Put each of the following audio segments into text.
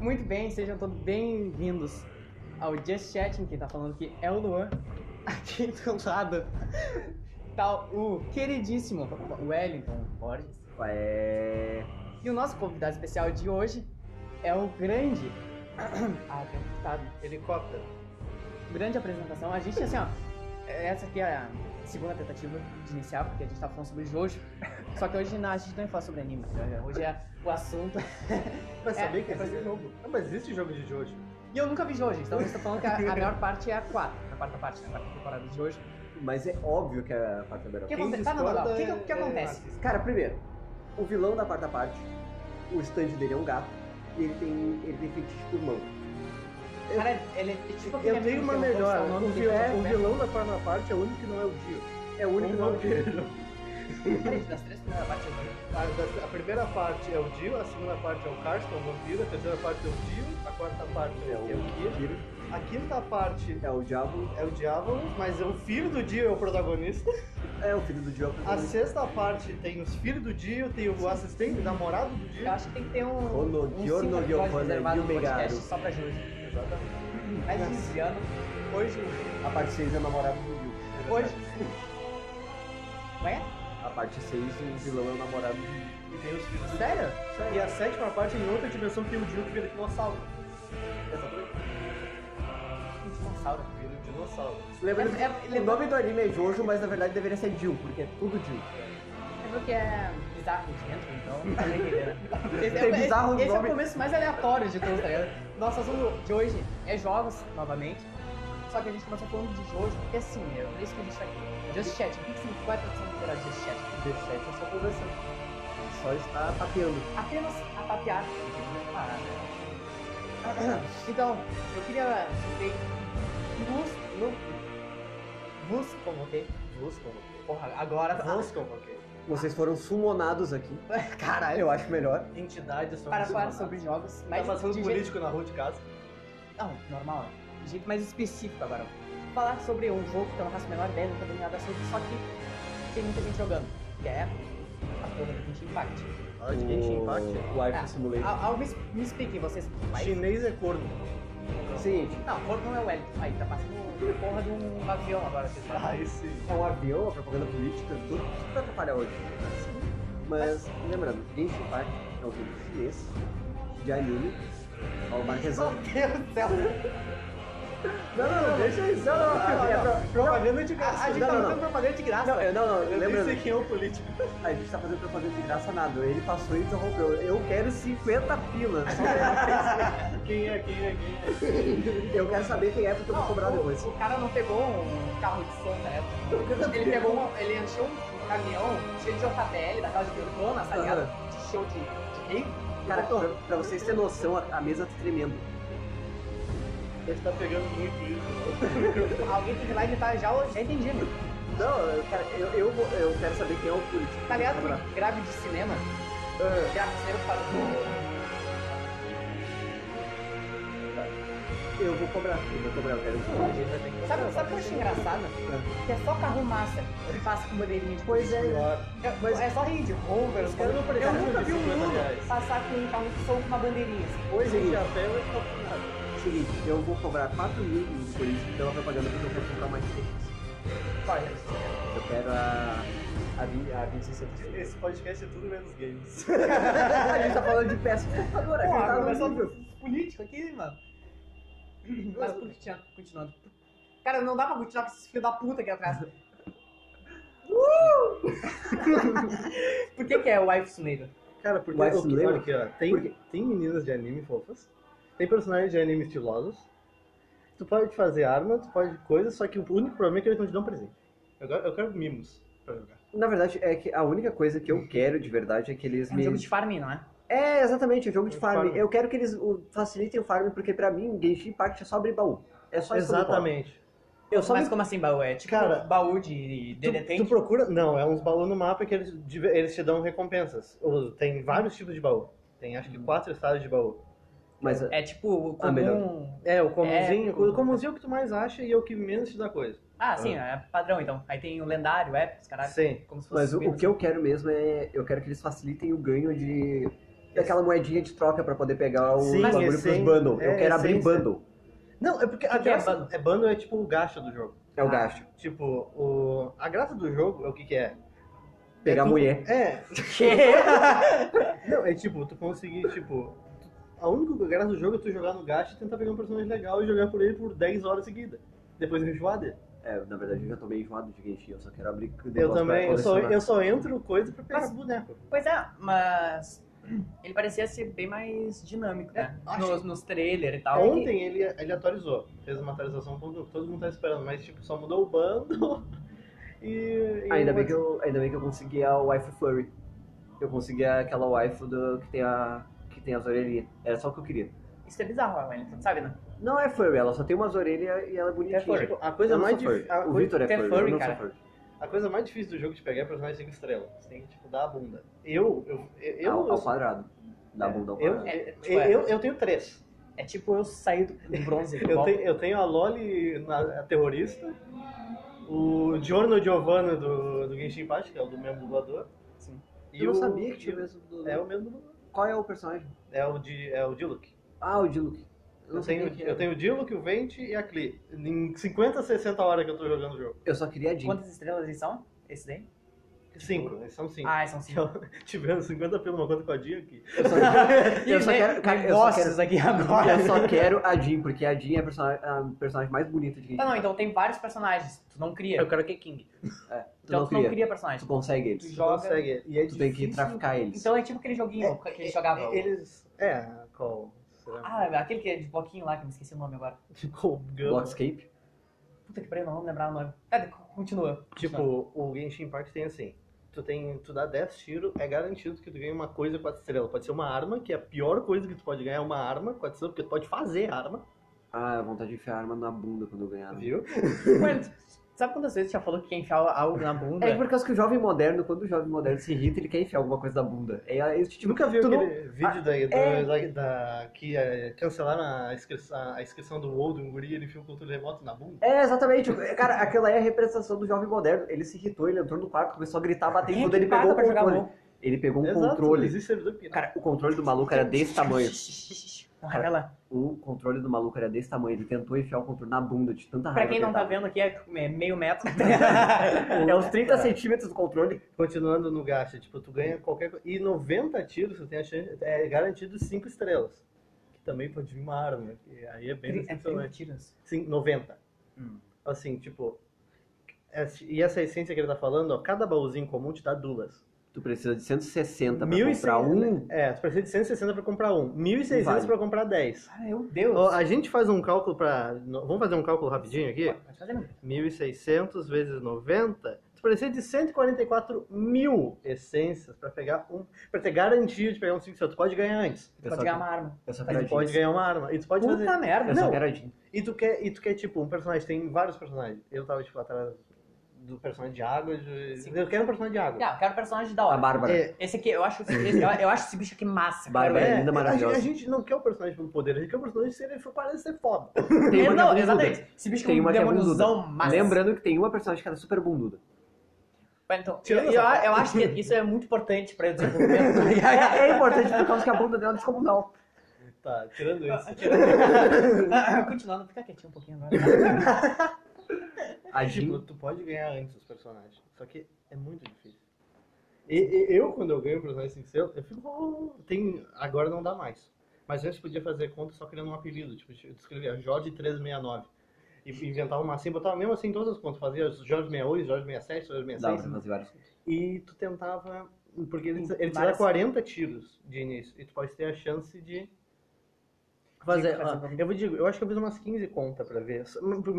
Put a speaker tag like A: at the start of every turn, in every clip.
A: Muito bem, sejam todos bem-vindos ao Just Chatting, quem tá falando aqui é o Luan. Aqui do lado tá o queridíssimo Wellington Borges.
B: É...
A: E o nosso convidado especial de hoje é o grande. ah, tem um ditado.
C: Helicóptero.
A: Grande apresentação. A gente, assim, ó. Essa aqui é a segunda tentativa de iniciar, porque a gente tá falando sobre Jojo. Só que hoje não, a gente não fala sobre anime. Hoje é o assunto.
C: Mas
A: É,
C: sabia que
A: é pra
C: existe
A: ser jogo.
C: Não, mas existe jogo de Jojo.
A: E eu nunca vi Jojo, então eu estou falando que a, a maior parte é a 4, a quarta parte, né, a quarta temporada de Jojo.
B: Mas é óbvio que é a quarta
A: O
B: melhor.
A: que
C: Quem
A: acontece? Tá, não, não, não. O que, que,
C: discorda
A: o que
C: é
A: acontece?
C: racista.
B: Cara, primeiro, o vilão da quarta parte, o stand dele é um gato e ele tem, ele tem feitiço por mão.
A: Cara, ele Tipo, é tipo aquele
B: Eu tenho
A: amigo
B: uma
A: que né? eu não posso
B: melhor.
A: falar o um nome
B: O,
A: dele,
B: vil- é,
A: mas
B: o
A: eu
B: vilão da quarta parte é o único que não é o Dio. É o único que não é o Dio.
A: confesso. Cara, das três primeiras partes eu vi.
C: A, da- a primeira parte é o Dio, a segunda parte é o Carson, o vampiro, a terceira parte é o Dio, a quarta parte é o Kid,
B: Dio.
C: a quinta parte
B: É o diabo.
C: é o Diabo, mas é o filho do Dio é o protagonista.
B: É o filho do Dio. é o
C: A
B: protagonista.
C: sexta parte tem os filhos do Dio, tem o assistente, o namorado do Dio.
A: Eu acho que tem que ter um.
B: Ono
A: um
B: Giorno
A: cinco episódios
B: Giovanni
A: reservado no
B: Giumegaru.
A: podcast só pra Jojo.
C: Exatamente.
A: Mas desviando, hoje.
B: A parte 6 é o namorado do Dio.
A: Hoje. Ué?
B: A parte 6, o vilão é o namorado do Dio.
C: E tem os filhos do Dio.
A: Sério?
C: E a sétima parte, é em outra dimensão, tem o Dio que vira dinossauro. Exatamente.
A: Dinossauro.
C: Vira um dinossauro.
B: Lembra
A: É- é-
B: que o nome do anime é Jojo, mas na verdade deveria ser Dio, porque é tudo Dio.
A: É porque é bizarro de dentro, então. não dá pra entender, né? Esse,
B: Tem
A: é,
B: bizarro no
A: esse, esse é o
B: nome.
A: começo mais aleatório de todos, tá ligado? Nosso assunto de hoje é jogos, novamente. Só que a gente começou falando de jogos, porque assim, é por isso que a gente tá aqui. Just Chat, o que que significa qual é a tradução literal de Just Chat?
B: G7 é só conversando. Só está papeando.
A: Apenas a papear. Ah, né? Então, eu queria ver vos, no- vos convoquei.
C: Vos convoquei.
A: Porra, agora.
C: Vos convoquei.
B: Vocês foram sumonados aqui.
A: Caralho.
B: Eu acho melhor.
C: Entidades são
A: Para falar
C: dicionadas.
A: sobre jogos,
C: Tá
A: mas
C: passando
A: de jeito-
C: político na rua de casa.
A: Não, normal. De jeito mais específico agora. Falar sobre um jogo que eu não faço a menor ideia, não tô vendo nada sobre, só que tem muita gente jogando. Que é a porra do Genshin Impact.
C: Olha de Genshin Impact.
B: O Life
A: Ah,
B: Simulator.
A: Al- al- me, me expliquem vocês. Mas-
C: Chinês é corno.
B: Seguinte,
A: Não, corno não é o Wellington. Aí tá passando uma porra de um avião agora, vocês falam.
C: Ah, esse.
B: é um avião, a propaganda política, tudo, tudo pra atrapalhar hoje. Mas, lembrando, Genshin Impact é um jogo chinês, de anime, ao
C: Meu
B: marquesão.
C: Deus do céu.
B: Não, não, não, deixa isso. Não, não, não, é pra-
C: Propaganda de graça.
A: A, a gente
B: Não,
A: tá
B: não,
A: fazendo
B: não.
A: propaganda de graça.
B: não, eu- não, não,
C: Eu nem sei
B: lembrando,
C: quem é o político.
B: a gente tá fazendo propaganda de graça nada. Ele passou e interrompeu. Eu quero 50 pilas. só pra
C: Quem é, quem é, quem é.
B: aparecer. Eu quero saber quem é porque eu vou
A: Não,
B: cobrar
A: o-
B: depois.
A: O, cara não pegou um carro de som, né? Ele pegou um, ele encheu um caminhão cheio de JBL, daquela de Bertona, tá ligado? De show de, de rave.
B: Cara, pra, pra vocês terem noção, a, a mesa tá tremendo.
C: A gente tá pegando muito isso.
A: Alguém tem que ir lá editar já, já entendi, meu.
B: Não, cara, eu, eu, vou- eu quero saber quem é o político.
A: Tá ligado?
B: Pra-
A: que Grave de cinema.
B: Ah,
A: Grave de cinema que faz.
B: É, eu vou cobrar, eu vou cobrar, eu quero saber.
A: Sabe, sabe o que eu acho engraçado? Que é só carro massa que faz com bandeirinha de
B: Pois é,
A: É,
B: mas-
A: é só Range Rover.
C: Os caras não
A: Eu
C: apareceram
A: nunca
C: de
A: vi um
C: 50
A: mundo
C: reais.
A: passar com um carro de som com uma bandeirinha. assim.
C: Hoje tá em
B: Seguinte.
C: dia a pé vai ficar por nada.
B: seguinte, eu vou cobrar 4 mil do político pela propaganda porque eu quero comprar mais peixes.
A: Só isso.
B: Eu quero a. a, vi- a 2600.
C: Esse podcast é tudo menos games.
B: a gente tá falando de peça de computador, a gente
A: Porra,
B: tá no
A: começou
B: nível.
A: político aqui, mano. Mas continua- continuando. Cara, não dá pra continuar com esses filhos da puta aqui atrás. Uh! Por que, que é Wife Simulator?
C: Cara, porque
B: Mas
C: o que-
B: lembra-
C: olha aqui, ó, tem,
B: porque-
C: tem meninas de anime fofas, tem personagens de anime estilosos, tu pode fazer arma, tu pode coisas, só que o único problema é que eles não te dão presente. Eu quero, eu quero mimos pra jogar.
B: Na verdade, é que a única coisa que eu quero de verdade é que eles
A: É um
B: me.
A: jogo de farming, não é?
B: É, exatamente, o jogo de
C: Um
B: farm.
C: farm.
B: Eu quero que eles o- facilitem o farm, porque pra mim, Genshin Impact é só abrir baú. É só isso que eu importo. Eu só
A: Mas
B: me-
A: como assim baú? É tipo
C: Cara,
A: baú de
C: Tu,
A: DDT?
C: tu procura. Não, é uns baús no mapa que eles, div- eles te dão recompensas. Ou Tem vários tipos de baú. Tem acho que
A: Hum.
C: quatro estados de baú.
B: Mas,
A: É tipo o
B: Ah, melhor.
A: comum...
C: É, o
A: comunzinho-
C: comunzinho.
A: o
C: o comunzinho é o que tu mais acha e é o que menos te dá coisa.
A: Ah, sim, é padrão então. Aí tem o lendário, o épico, os caralho.
C: Sim.
A: Como se fosse
B: mas o,
A: subindo,
B: o que eu quero mesmo é. Eu quero que eles facilitem o ganho de. E aquela moedinha de troca pra poder pegar o
C: Sim,
B: bagulho pros
C: recém-
B: bundle.
C: é,
B: Eu quero abrir
C: recém-
B: bundle.
C: Não, é porque a
A: que é
C: graça.
A: bundle?
C: é bundle é tipo o gasto do jogo.
B: É o
A: Ah.
B: gasto.
C: Tipo, o... a graça do jogo é o que, que é?
B: Pegar
C: é tu-
B: mulher.
C: É.
A: Que?
C: Não, é tipo, tu conseguir, tipo. tu- A única graça do jogo é tu jogar no gasto e tentar pegar um personagem legal e jogar por ele por 10 horas seguida. Depois enjoar dele.
B: É, na verdade eu já tô meio enjoado de Genshin, eu só quero abrir negócio
C: Eu também,
B: pra
C: eu só,
B: colecionar.
C: eu só entro coisa pra pegar esse boneco.
A: Pois é, mas ele parecia ser bem mais dinâmico, né?
C: É, acho-
A: Nos, nos trailers e
B: É,
A: tal.
C: Ontem ele, ele atualizou, fez uma atualização todo, todo mundo tá esperando, mas tipo, só mudou o bando e. e
B: Ainda
C: uma-
B: bem, que eu, ainda bem que eu consegui a Wife Flurry. Eu consegui aquela Wife do, que, tem a, que tem as orelhinhas. Era só o que eu queria.
A: Isso é bizarro, Wellington, sabe, né?
B: Não é Furry, ela só tem umas orelhas e ela é bonitinha.
A: É furry.
C: Tipo, a
B: Eu
C: coisa
B: não
C: mais
B: sou furry.
C: difícil. A,
B: O
C: coi-
B: Vitor é
A: Você é
B: furry, eu
A: furry,
B: não sou
A: cara.
B: furry.
C: a coisa mais difícil do jogo de pegar é personagem 5 estrelas. Você tem que, tipo, dar a bunda. Eu, eu, eu, eu,
B: ao, ao
C: eu,
B: quadrado. Da
C: É,
B: bunda ao
C: eu-
A: É,
B: quadrado.
A: é, tipo,
C: eu,
A: é,
C: eu, tenho três.
A: é tipo eu sair do do bronze. do
C: Eu,
A: golpe.
C: tenho eu tenho a Loli na, a terrorista, o Giorno Giovanna do, do Genshin Impact, que é o do mesmo dublador.
A: Sim.
C: E
B: Eu não
C: o-
B: sabia que tinha
C: e o-
B: mesmo. do-
C: É o mesmo dublador.
B: Qual é o personagem?
C: É o, de, é o Diluc.
B: Ah, o Diluc.
C: Eu, tenho, eu tenho o Diluc, o Vente e a Klee. Em 50, 60 horas que eu tô jogando o jogo.
B: eu só queria a Jean.
A: Quantas estrelas eles são? Esse daí?
C: Cinco, né? são cinco.
A: Ah, são cinco.
C: Tivemos 50 pelo uma conta com a Dia aqui.
B: Eu só, eu só quero. Cara, eu só
A: negócios
B: quero.
A: aqui agora.
B: Eu só quero a Jean, porque a Jean é a personagem, a personagem mais bonita de Genshin.
A: Tá, não, então tem vários personagens. Tu não cria.
C: Eu quero que King.
B: É, tu
A: então
B: não
A: tu não
B: cria.
A: cria
B: Tu
A: personagem.
B: consegue
A: Tu
B: eles.
A: joga.
C: Consegue. E é
B: Tu tem que
C: difícil.
B: traficar eles.
A: Então é tipo aquele joguinho que ele jogava. o-
C: Eles. É, qual. Será?
A: Ah, aquele que é de bloquinho lá, que eu me esqueci o nome agora.
C: Ficou gama.
B: Blockscape.
A: Puta que pariu, não vou lembrar o nome. Tá, continua. continua.
C: Tipo, o Genshin Impact tem assim. Tu, tem, tu dá 10 tiros, é garantido que tu ganha uma coisa 4 estrelas. Pode ser uma arma, que é a pior coisa que tu pode ganhar é uma arma 4 estrelas, porque tu pode fazer arma,
B: Ah, vontade de enfiar a arma na bunda quando eu ganhar.
C: viu?
A: Mano, sabe quantas vezes tu já falou que quer enfiar algo na bunda?
B: É por causa que o jovem moderno, quando o jovem moderno se irrita, ele quer enfiar alguma coisa na bunda. É esse
C: Tu
B: tipo
C: nunca viu
B: tu não-
C: aquele vídeo da,
B: é.
C: da, da- que é, cancelaram a, inscrição- a inscrição do WoW, do guri, ele enfiou o controle remoto na bunda?
B: É, exatamente. Cara, aquela é a representação do jovem moderno. Ele se irritou, ele entrou no quarto, começou a gritar, bater
A: Quem é
B: tudo,
A: que
B: ele
A: paga
B: pegou o
A: pra jogar
B: controle.
A: gol?
B: Ele pegou um
C: Exato,
B: controle.
C: Existe servidor que-
B: Cara, o controle do maluco era desse tamanho.
A: Não revela.
B: O controle do maluco era desse tamanho. Ele tentou enfiar o controle na bunda de tanta
A: Pra
B: raiva.
A: quem
B: que
A: não
B: ele
A: tá
B: dava.
A: vendo aqui, é é meio metro.
B: É uns 30 centímetros do controle.
C: Continuando no gacha, tipo, tu ganha qualquer coisa. E 90 tiros, tu tem a chance. É garantido 5 estrelas. Que também pode vir uma arma. que aí é bem
A: É
C: decepcionante.
A: mentiras.
C: Sim, 90.
A: Hum.
C: Assim, tipo. essa- E essa essência que ele tá falando, ó, cada baúzinho comum te dá duas.
B: Tu precisa de 160 pra
C: 1.100,
B: comprar um.
C: É, tu precisa de 160 pra comprar um, 1.600
B: Vale.
C: pra comprar 10.
A: Ah, meu Deus.
C: Ó, a gente faz um cálculo pra. no- Vamos fazer um cálculo rapidinho aqui?
A: Pode fazer, meu.
C: 1.600 vezes 90, tu precisa de 144 mil essências pra pegar um. pra ter garantia de pegar um 5 estrelas. Tu pode ganhar antes.
A: Pode ganhar uma arma.
B: Eu só
C: Mas
B: quero a
C: tu pode
B: Jean.
C: ganhar uma arma. E tu pode fazer.
A: Puta merda.
B: Eu só
C: Não.
B: quero a Jean.
C: E tu quer, e tu quer, tipo, um personagem, tem vários personagens. Eu tava, tipo, atrás do personagem de água. de-
A: Sim.
C: Eu quero um personagem de água.
A: Não, eu quero personagem da
B: A
A: hora.
B: Bárbara.
C: É,
A: Esse aqui, eu acho, esse, eu, eu acho esse bicho aqui massa.
B: Bárbara
A: Quero
B: é
A: ele.
B: linda,
C: a, gente,
B: maravilhosa.
C: a gente não quer o personagem pelo poder, a gente quer o personagem se ele for, parece ser foda.
B: Tem uma
A: É,
B: que é
A: não,
B: bunduda.
A: exatamente. Esse bicho
B: Tem
A: é um
B: uma que é
A: demôniozão
B: Mas...
A: massa.
B: Lembrando que tem uma personagem que era super bunduda.
A: Então, eu,
C: Tirando
A: eu,
C: essa
A: eu acho que isso é muito importante pra desenvolvimento. tá
B: É,
A: ligado?
B: é importante por causa que a bunda dela é descomunal.
C: Tá, tirando isso.
A: Continuando, fica quietinho um pouquinho agora.
B: A
C: Tipo,
B: Jean.
C: tu pode ganhar antes os personagens. Só que é muito difícil. E, e- eu, quando eu ganho um personagem sincero, eu fico. "Oh, tem, agora não dá mais. Mas antes podia fazer conta só criando um apelido. Tipo, eu escrevia Jorge369. E inventava uma assim, botava mesmo assim em todas as contas. Fazia Jorge68, Jorge67,
B: Dá pra
C: Jorge66.
B: fazer várias coisas.
C: E tu tentava. Porque ele, te- ele te dá
A: Várias-
C: 40 tiros de início. E tu pode ter a chance de. Fazer,
A: fazer
C: ah,
A: como-
C: eu vou digo, eu acho que eu fiz umas 15 contas pra ver.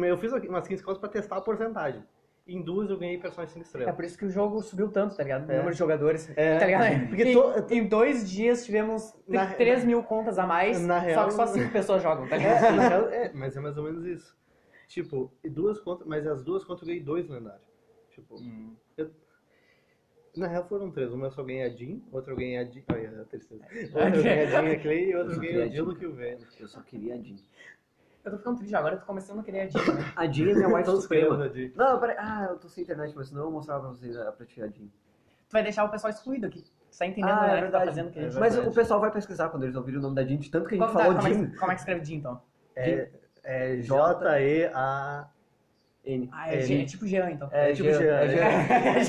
C: Eu fiz umas 15 contas pra testar a porcentagem. Em duas eu ganhei personagem 5
A: É
C: estrelas.
A: por isso que o jogo subiu tanto, tá ligado? O
C: É.
A: número de jogadores.
C: É,
A: Tá ligado?
C: Porque
A: em,
C: to-
A: em dois dias tivemos
C: Na-
A: 3 mil contas a mais,
C: Na
A: só
C: real-
A: que só 5 pessoas jogam, tá ligado?
C: É, na real, é, mas é mais ou menos isso. Tipo, e duas contas, mas as duas contas eu ganhei dois lendários. Tipo, na real foram três. Uma eu só ganhei a Jean, outra eu ganhei a Jean. Olha, a tristeza. Outra eu ganhei a Jean e a Clay e outra eu ganhei a Jean do que o velho.
B: Eu só queria a Jean.
A: Eu tô ficando triste agora, eu tô começando a querer a dica, né?
B: A Jean é minha wife
C: Todos ganhamos
B: suprema.
C: a Jean.
B: Não, peraí. Ah, eu tô sem internet, mas senão eu mostrava pra vocês a pra tirar a Jean.
A: Tu vai deixar o pessoal excluído aqui. Tu tá entendendo né,
B: Ah, é
A: que tá
B: verdade.
A: fazendo que a gente...
B: Mas
C: verdade.
B: o pessoal vai pesquisar quando eles ouvirem o nome da Jean, de tanto que a gente
A: Como, tá,
B: falou
A: como, é,
B: Jean.
A: que- como é que escreve Jim, então?
C: É, é J-E-A.
B: N.
A: Ah, é,
C: É,
A: Jean, é
C: ele-
A: tipo Jean, então.
B: É,
C: É
B: tipo
C: Jean,
B: Jean.
C: é
B: é Jean.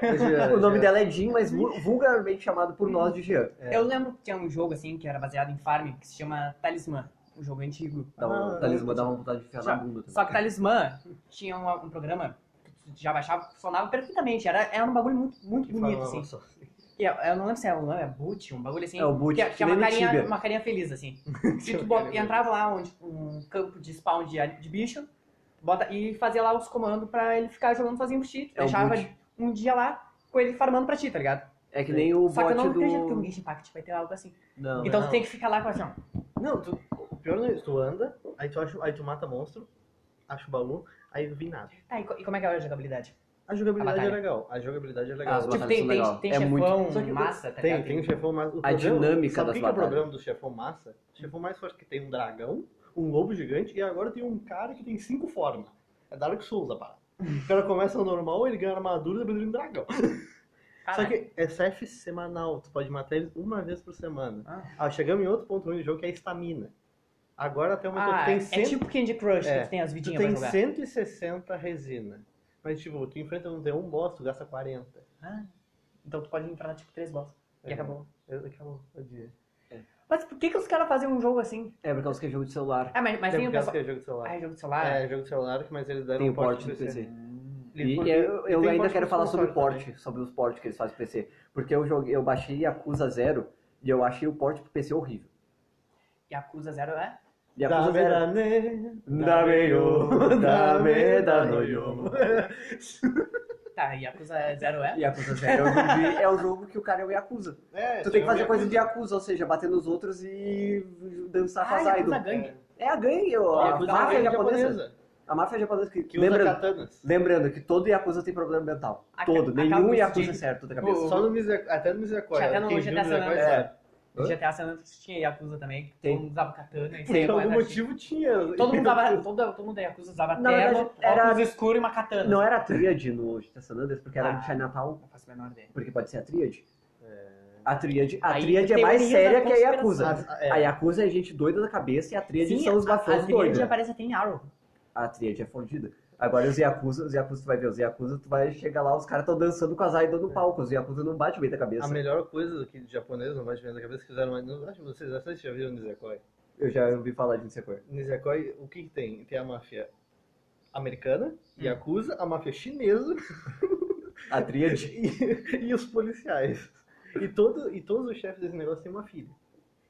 A: Já-
B: O nome dela é Jean, mas vu- vulgarmente chamado por nós de Jean.
C: É.
A: Eu lembro que tinha um jogo, assim, que era baseado em farm, que se chama Talismã. Um jogo antigo.
B: Dá um,
C: Ah,
B: talismã dá uma vontade de enfiar
A: Só-
B: na bunda também.
A: Só que Talismã tinha um, um programa que tu já baixava, funcionava perfeitamente. Era, era um bagulho muito, muito bonito, assim. E Eu, eu não lembro se é o nome, é Boot, um bagulho assim.
B: É, o Boot,
A: Que, que é
B: que nem
A: uma
B: no
A: carinha,
B: Tibia.
A: uma carinha feliz, assim. E tu bota- e entrava lá onde, um campo de spawn de, de bicho bota, e fazia lá os comandos pra ele ficar jogando sozinho pro ti. Tu
B: É o
A: deixava
B: Boot.
A: um dia lá com ele farmando pra ti, tá ligado?
B: É que nem o
A: Só que eu
B: bot
A: não acredito que um
B: do.
A: Genshin Impact vai ter algo assim.
B: Não. né?
A: então tu
C: não.
A: tem que ficar lá com assim, ó.
C: Não, tu, o pior não é isso. Tu anda, aí tu, acha, aí tu mata monstro, acha o baú, aí não vi nada.
A: Tá, e, co- e como é que é a jogabilidade?
C: A jogabilidade
A: A
C: é
A: batalha.
C: legal. A jogabilidade é
B: Ah,
C: legal.
B: as
A: Tipo,
B: batalhas
A: tem,
B: são
A: tem,
B: legal.
A: tem
B: É
A: chefão
B: muito-
C: Só que-
A: massa, tá
C: Tem,
A: ligado?
C: tem um chefão massa.
B: A dinâmica
C: sabe
B: das
C: qual que é o
B: batalhas.
C: problema do chefão massa? O chefão mais forte que tem um dragão, um lobo gigante e agora tem um cara que tem cinco formas. É Dark Souls a parada. O cara começa no normal, ele ganha armadura e depois ele vira um dragão. Só
A: Caralho.
C: que é CF semanal, tu pode matar eles uma vez por semana.
A: Ah.
C: Ah, chegamos em outro ponto ruim do jogo que é a estamina. Agora até uma
A: Ah,
C: tu tem
A: é
C: 100
A: tipo Candy Crush,
C: É.
A: que tu tem as
C: tu
A: vidinhas pra
C: tem
A: jogar.
C: 160 resina. Mas tipo, tu enfrenta um D1 boss, tu gasta 40.
A: Ah, então tu pode entrar tipo três boss. E
C: É.
A: acabou.
C: É, Acabou o dia.
A: Mas por que, que os caras fazem um jogo assim?
B: É por causa que é jogo de celular.
A: Ah, mas, mas tem
C: Tem
A: o
C: por causa
A: pessoal.
C: que é jogo de celular.
A: Ah, é jogo de celular? Ah.
C: É, jogo de celular, mas eles deram
B: Tem
C: um
B: o porte do PC. E é
C: Eles-
B: eu, eu
C: tem
B: ainda
C: porte
B: quero
C: pro
B: falar sobre o
C: console
B: porte, sobre os portes que eles fazem pro PC. Porque eu joguei, eu baixei Yakuza Zero e eu achei o porte pro PC horrível.
A: E acusa zero é?
B: Yakuza Zero.
A: Tá, e acusa zero é?
B: Yakuza Zero eu joguei- é o jogo que o cara é o Yakuza.
C: É,
B: Tu tem que fazer
C: Yakuza.
B: coisa de Yakuza, ou seja, bater nos outros e dançar
A: Ah,
B: Fazaido.
A: Yakuza gangue.
B: É a gangue, ó, a
C: Yakuza é uma
B: máfia
C: gangue
B: japonesa. A máfia japonesa que,
C: Que usa
B: lembrando,
C: katanas.
B: lembrando que todo Yakuza tem problema mental.
A: Aca-
B: Todo, nenhum
A: acabou de-
B: Yakuza é certo da cabeça.
A: O-
C: Só no Miser... Até no Misericórdia.
A: Até no
C: Quem viu
A: GTA San
C: Misericórdia
A: Andreas.
C: sabe.
A: No
C: Hã?
A: GTA San Andreas tinha Yakuza também.
B: Tem.
A: Todo mundo usava katana. e
B: Tem.
A: saía
C: Por algum
A: correndo assim.
C: motivo tinha.
A: Todo mundo usava, todo, todo mundo da Yakuza usava
B: Na
A: terno,
B: verdade, era-
A: óculos escuro e uma katana.
B: Não é- era a tríade no Chita San Andreas, porque era
A: Ah.
B: no Chinatown,
A: Não faço a menor ideia.
B: porque pode ser a tríade. A tríade, a
A: Aí,
B: tríade é mais
A: teoria da
B: séria que a Yakuza.
A: conspiração.
C: Ah,
B: A
C: é.
B: Yakuza é gente doida da cabeça e a tríade
A: Sim,
B: são os né?
A: a- é a
B: bafões
A: trilha
B: doidos.
A: já aparece até em Arrow.
B: A tríade é fodida. Agora os Yakuza, os Yakuza, tu vai ver, os Yakuza, tu vai chegar lá, os caras estão dançando com as Aido no palco, os Yakuza não bate bem da
C: A
B: cabeça.
C: melhor coisa que os japoneses não vai te ver na cabeça que fizeram, mas não acho que vocês acho que vocês já viram Nisekoi.
B: Eu já ouvi falar de um Nisekoi.
C: Nisekoi, o que que tem? Tem a máfia americana,
A: Hum.
C: Yakuza, a máfia chinesa
B: A tríade.
C: e, e os policiais. E, todo, e todos os chefes desse negócio têm uma filha.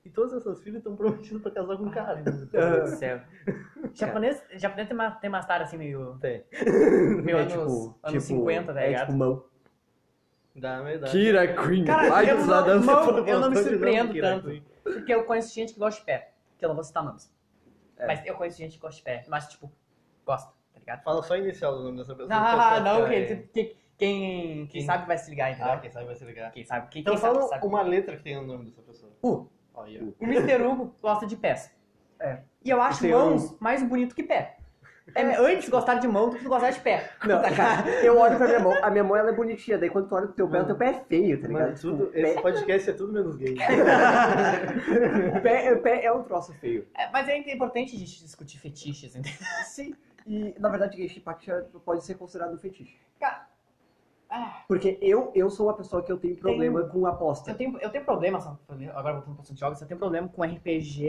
C: E todas essas filhas estão prometidas pra casar com um cara.
A: Meu Deus do céu. Japonês, japonês tem, uma, tem umas taras assim meio.
C: Tem.
A: meio
B: é
A: anos,
B: tipo,
A: anos
B: tipo,
A: 50, tá
B: é
A: ligado?
B: tipo mão.
C: Dá verdade.
B: Kira Queen,
A: Cara, eu não, não- eu não me
C: Tô te dando
A: surpreendo
C: Kira
A: tanto.
C: Queen.
A: Porque eu conheço gente que gosta de pé. Que eu não vou citar nomes.
B: É.
A: Mas eu conheço gente que gosta de pé. Mas, tipo, gosta, tá ligado?
C: Fala só a inicial do nome dessa pessoa.
A: Ah,
C: Pessoal,
A: não,
C: cara, é.
A: quem, quem, quem, quem sabe vai se ligar,
C: Ah,
A: entendeu?
C: quem sabe vai se ligar.
A: Quem sabe, quem,
C: Então
A: quem sabe,
C: fala
A: sabe. Uh.
C: uma letra que tem o nome dessa pessoa.
B: U.
C: Olha.
B: U.
A: O Mr. Hugo gosta de pés.
B: É.
A: E eu acho
B: Tem
A: mãos mais bonito que pé. É, antes gostar de mão do que gostar de pé.
B: Não, cara, eu olho pra minha mão, a minha mão ela é bonitinha, daí quando tu olha pro teu pé, o teu pé é feio, tá ligado?
C: Mano,
B: Tipo,
C: tudo,
B: pé,
C: esse podcast é tudo menos gay.
B: o pé, o pé é um troço feio.
A: É, mas é importante a gente discutir fetiches, entendeu?
B: Sim, e na verdade Genshin Impact já pode ser considerado um fetiche.
A: Cara, ah.
B: Porque eu, eu sou uma pessoa que eu tenho problema com
A: Eu
B: aposta.
A: tenho, eu tenho problema, só, agora voltando pro assunto de jogos, eu tenho problema com RPG.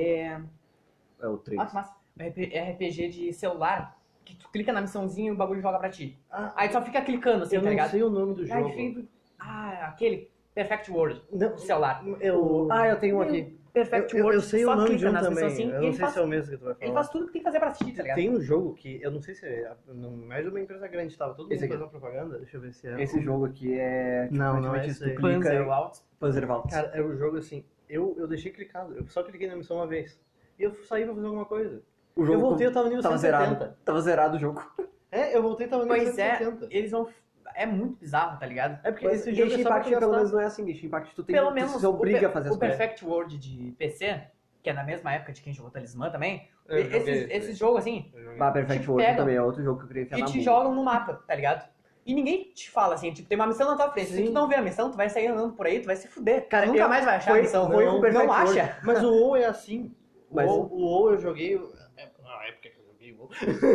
B: É o 3.
A: Ah, que massa. RP- RPG de celular, que tu clica na missãozinha e o bagulho joga pra ti.
C: Ah,
A: Aí tu só fica clicando assim,
C: eu
A: tá
C: não
A: ligado?
C: sei o nome do
A: Ah,
C: jogo.
A: enfim, ah, aquele. Perfect World,
C: Não,
A: do celular.
C: eu,
B: Ah, eu tenho um aqui.
A: Perfect
C: eu, eu,
A: World,
C: eu sei
A: só
C: o nome
A: clica
C: de um
A: nas
C: também.
A: missões assim,
C: eu
A: e
C: não
A: ele,
C: sei
A: faz,
C: se é o mesmo que tu vai falar.
A: ele faz tudo que tem que fazer pra assistir, tá ligado?
C: Tem um jogo que, eu não sei se é, não mais uma empresa grande, tava todo mundo
B: Esse aqui.
C: fazendo propaganda, deixa eu ver se é.
B: Esse jogo aqui é... tipo,
C: Não, não é
B: praticamente
C: esse aí.
B: tu clica
A: Panzer
B: e-
A: Out.
B: Panzerwaltz.
C: Cara, era um jogo assim, eu, eu deixei clicado, eu só cliquei na missão uma vez. E eu saí pra fazer alguma coisa.
B: o
C: eu voltei, eu tava no nível
B: tava
C: 170.
B: zerado. Tava zerado o jogo.
C: É, eu voltei, tava no nível
A: Pois é,
C: 170.
A: eles vão... É muito bizarro, tá ligado?
C: É, porque
B: Mas
C: esse jogo
B: Genshin
C: é só pra
B: Impact
C: te
B: pelo
C: gastar.
B: menos não é assim, Genshin Impact tu tem
A: Pelo
B: tu
A: menos
B: se obriga
A: o,
B: a fazer
A: per-
B: as
A: o
B: coisas.
A: Perfect World de PC, que é na mesma época de quem jogou Talismã também,
C: Eu joguei
A: esses,
C: esse aí.
A: esses jogos assim,
C: Eu joguei.
B: Ah, Perfect
A: Te
B: World
A: pegam.
B: também é outro jogo que eu queria enfiar
A: e
B: na
A: te
B: mão.
A: jogam no mapa, tá ligado? E ninguém te fala assim, tipo, tem uma missão na tua frente. Se
C: Sim.
A: tu não vê a missão, tu vai sair andando por aí, tu vai se fuder.
D: Cara,
A: tu nunca
D: eu-
A: mais vai achar
D: foi-
A: a missão. um
D: foi
A: não,
D: o perfect
A: não
D: world.
A: acha.
C: Mas o WoW é assim. O
B: Mas-
C: WoW, o WoW eu joguei. é, Na época que eu joguei o WoW.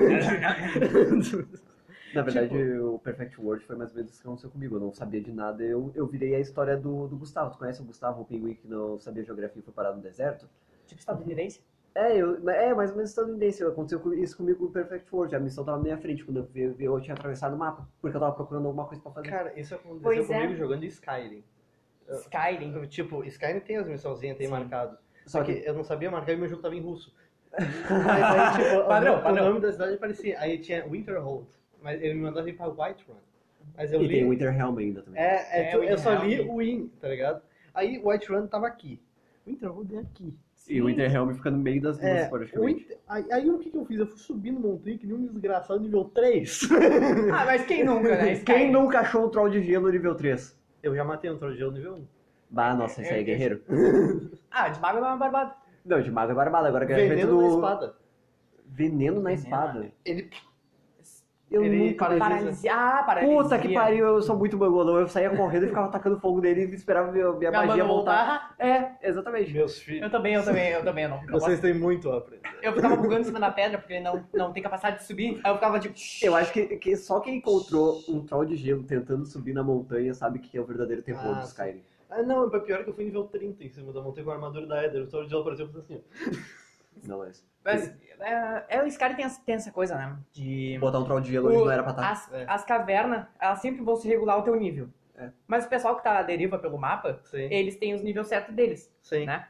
B: Na verdade,
C: Tipo,
B: o Perfect World foi mais ou menos isso que aconteceu comigo. Eu não sabia de nada. Eu, eu virei a história do, do Gustavo. Tu conhece o Gustavo, o pinguim que não sabia geografia e foi parado no deserto?
A: Tipo, estadunidense.
B: É, eu, é mais ou menos estadunidense. Aconteceu com- isso comigo com o Perfect World. A missão tava na minha frente quando eu, vi- vi- eu tinha atravessado o mapa, porque eu tava procurando alguma coisa pra fazer.
C: Cara, isso aconteceu
A: Pois é.
C: comigo jogando Skyrim.
A: Skyrim.
C: Tipo, Skyrim tem as missãozinhas, tem
A: Sim.
C: marcado.
B: Só que
C: eu não sabia marcar e meu jogo tava em russo. Mas é aí, tipo, o
A: Padrão,
C: nome-
A: padrão.
C: O nome da cidade aparecia. Aí tinha Winterhold. Mas ele me mandava ir pra Whiterun. Mas eu
B: e tem
C: li.
B: o Winterhelm ainda também.
C: É, é,
A: É,
C: tu- eu só li
A: Winterhold.
C: o Win, tá ligado? Aí Whiterun tava aqui. Winterhold é aqui.
B: E o Winterhelm fica no meio das duas,
C: É, o
B: praticamente.
C: Inter- aí, aí o que, que eu fiz? Eu fui subindo montanha que nem um desgraçado nível 3.
A: Ah, mas quem nunca, né?
B: Quem
A: Skyrim.
B: nunca achou o Troll de Gelo nível 3?
C: eu já matei um troll de gelo nível 1.
B: Bah, nossa, esse aí é guerreiro.
A: Ah, de mago não é uma barbada.
B: Não, de mago é barbada. Agora
C: Veneno
B: guerreiro
C: na
B: do...
C: espada.
B: Veneno né? na
D: Veneno.
B: espada.
C: Ele
B: Eu
C: Ele
B: nunca
C: paralisa.
A: Paralisia. Ah, paralisia.
B: Puta que pariu, eu sou muito mangolão. Eu saía correndo e ficava atacando fogo nele e esperava minha, minha
A: Minha
B: magia
A: mão não
B: voltar.
A: voltar.
B: É, exatamente.
C: Meus filhos.
A: Eu também, eu também, eu também. Eu, não, eu,
C: Vocês
A: gosto.
C: têm muito a aprender.
A: eu ficava bugando em cima da pedra porque ele não, não tem capacidade de subir. Aí eu ficava tipo.
B: Eu acho que, que só quem encontrou um troll de gelo tentando subir na montanha sabe que é o verdadeiro terror
C: Ah,
B: do Skyrim.
C: Ah, não, é pior que eu fui nível 30 em cima da montanha com a armadura da Eder. O troll de gelo apareceu e falou assim: ó,
B: Não é.
A: Mas, é, é, esse cara tem, essa- tem essa coisa, né? De.
B: Botar um troll de gelo onde
A: O-
B: não era pra tá, estar.
A: As,
C: É.
A: as cavernas, elas sempre vão se regular o teu nível.
B: É.
A: Mas o pessoal que tá à deriva pelo mapa,
C: Sim,
A: eles têm os níveis certos deles.
C: sim.
A: né?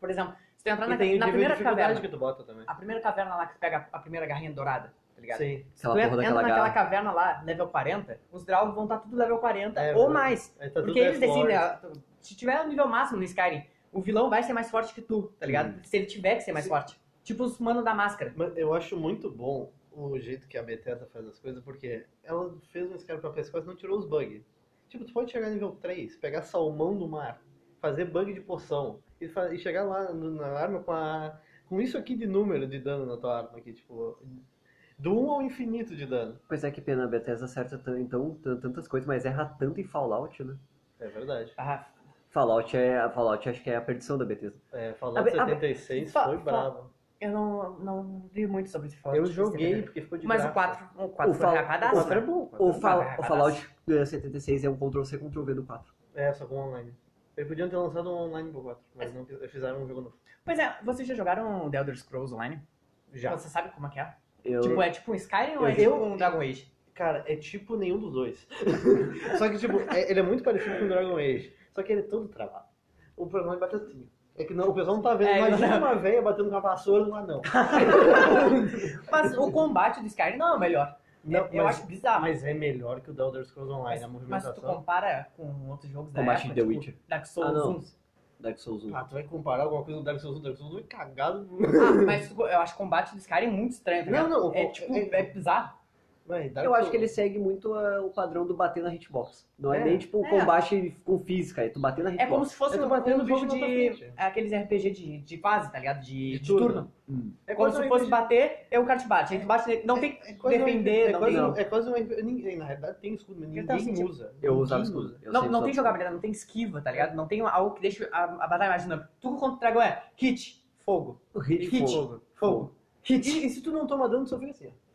A: Por exemplo, se tu entrar
C: E
A: na,
C: tem o
A: na
C: nível
A: primeira
C: de dificuldade
A: caverna,
C: que tu bota também.
A: a primeira caverna lá que tu pega a primeira garrinha dourada, tá ligado?
C: Sim.
A: Tu
B: Aquela
A: en-
B: porra
A: entra
B: daquela
A: naquela
B: garra.
A: caverna lá, level 40, os Draug vão estar tudo level 40
C: É,
A: ou
C: verdade.
A: mais.
C: Aí tá
A: Porque
C: tudo
A: eles decidem,
C: reforço.
A: ah, se tiver o nível máximo no Skyrim, o vilão vai ser mais forte que tu, tá ligado?
B: Hum.
A: Se ele tiver que ser mais
C: Sim.
A: forte. Tipo os mano da máscara.
C: Mas eu acho muito bom o jeito que a Bethesda faz as coisas, porque ela fez um esquema pra PS4 e não tirou os bugs. Tipo, tu pode chegar nível 3, pegar salmão do mar, fazer bug de poção, e, fa- e chegar lá no- na arma com a. com isso aqui de número de dano na tua arma aqui, tipo. Do 1 ao infinito de dano.
B: Pois é, que pena, a Bethesda acerta tan- então tan- tantas coisas, mas erra tanto em Fallout, né?
C: É verdade.
A: Ah,
B: Fallout é. Fallout acho que é a perdição da Bethesda.
C: É,
A: A
C: Fallout
A: Be- a Be-
C: 76
A: fa-
C: foi
A: fa-
C: bravo.
A: eu não, não vi muito sobre esse Fallout.
C: Eu joguei porque ficou de
A: Mas
C: graça.
A: o 4, o 4
B: O
A: foi
B: Fall-
C: O
A: rapadaço.
C: 4 é
A: né?
C: bom. o
B: O,
C: 4 é bom.
B: Fall-
A: garra,
B: o Fallout eh, 76 é um Ctrl-C, Ctrl-V do 4.
C: É, só com online. Eles podiam ter lançado um online pro 4, mas não fizeram um jogo novo.
A: Pois é, vocês já jogaram The Elder Scrolls Online?
C: Já.
A: Você sabe como é que é?
B: Eu...
A: Tipo, é tipo um Skyrim ou
C: eu-
A: é tipo um Dragon Age?
C: Cara, é tipo nenhum dos dois. só que, tipo, é- ele é muito parecido com Dragon Age. Só que ele é todo travado. O problema é batatinha. É que não, o pessoal não tá vendo.
A: É,
C: Imagina
A: exato.
C: uma velha batendo com a vassoura num anão.
A: Mas o combate do Skyrim não é o melhor.
C: Não,
A: É- eu
C: mas-
A: acho bizarro.
C: Mas é melhor que o The Elder Scrolls Online,
A: Mas se
C: a
A: tu
C: movimentação.
A: compara com outros jogos da
B: Combate
A: época,
B: de The
A: tipo,
B: Witcher.
A: Dark Souls
B: Ah, não.
A: 1.
B: Dark Souls 1.
C: Ah, tu vai comparar alguma coisa do Dark Souls 1, Dark Souls 1 é cagado.
A: Ah, mas tu- eu acho o combate do Skyrim muito estranho, tá
C: Não,
A: ligado?
C: não, o
A: É
C: co-
A: tipo,
C: é-
A: é bizarro.
C: Mas Dark
B: Eu acho
C: Souls-
B: que ele segue muito ah, o padrão do bater na hitbox. Não é,
C: É,
B: nem tipo um
A: é.
B: combate com física, é tu bater na
A: É como
B: hitbox.
A: se fosse
C: Eu tô
A: um,
C: batendo
A: um
C: bicho
A: jogo
C: na tua
A: de...
C: frente.
A: Aqueles RPG de, de fase, tá ligado? De,
C: De
A: de
C: turno.
A: turno.
B: Hum.
C: É
A: É como
C: quase
A: se
C: um
A: fosse
C: RPG
A: bater, é o cara te bate. Aí tu bate nele. Não tem
C: É
A: que
C: quase um
A: defender,
C: RPG,
A: não
C: é quase,
A: tem...
C: um- é quase um RPG. Ninguém, na realidade, tem escudo, mas
A: Eu tava tá
C: ninguém
A: sentindo-
C: usa.
B: Eu
C: Ninguém
B: usava
C: usa.
B: escudo.
A: Não,
B: Eu sempre
A: não
B: usava
A: tem
B: escudo.
A: jogabilidade, não tem esquiva, tá ligado? Não tem algo que deixe a, a batalha mais dinâmica. Tudo contra o dragão é hit, fogo,
B: O hit,
A: Hit.
B: fogo.
A: fogo.
C: E, e se tu não toma dano, tu só fica assim, ó.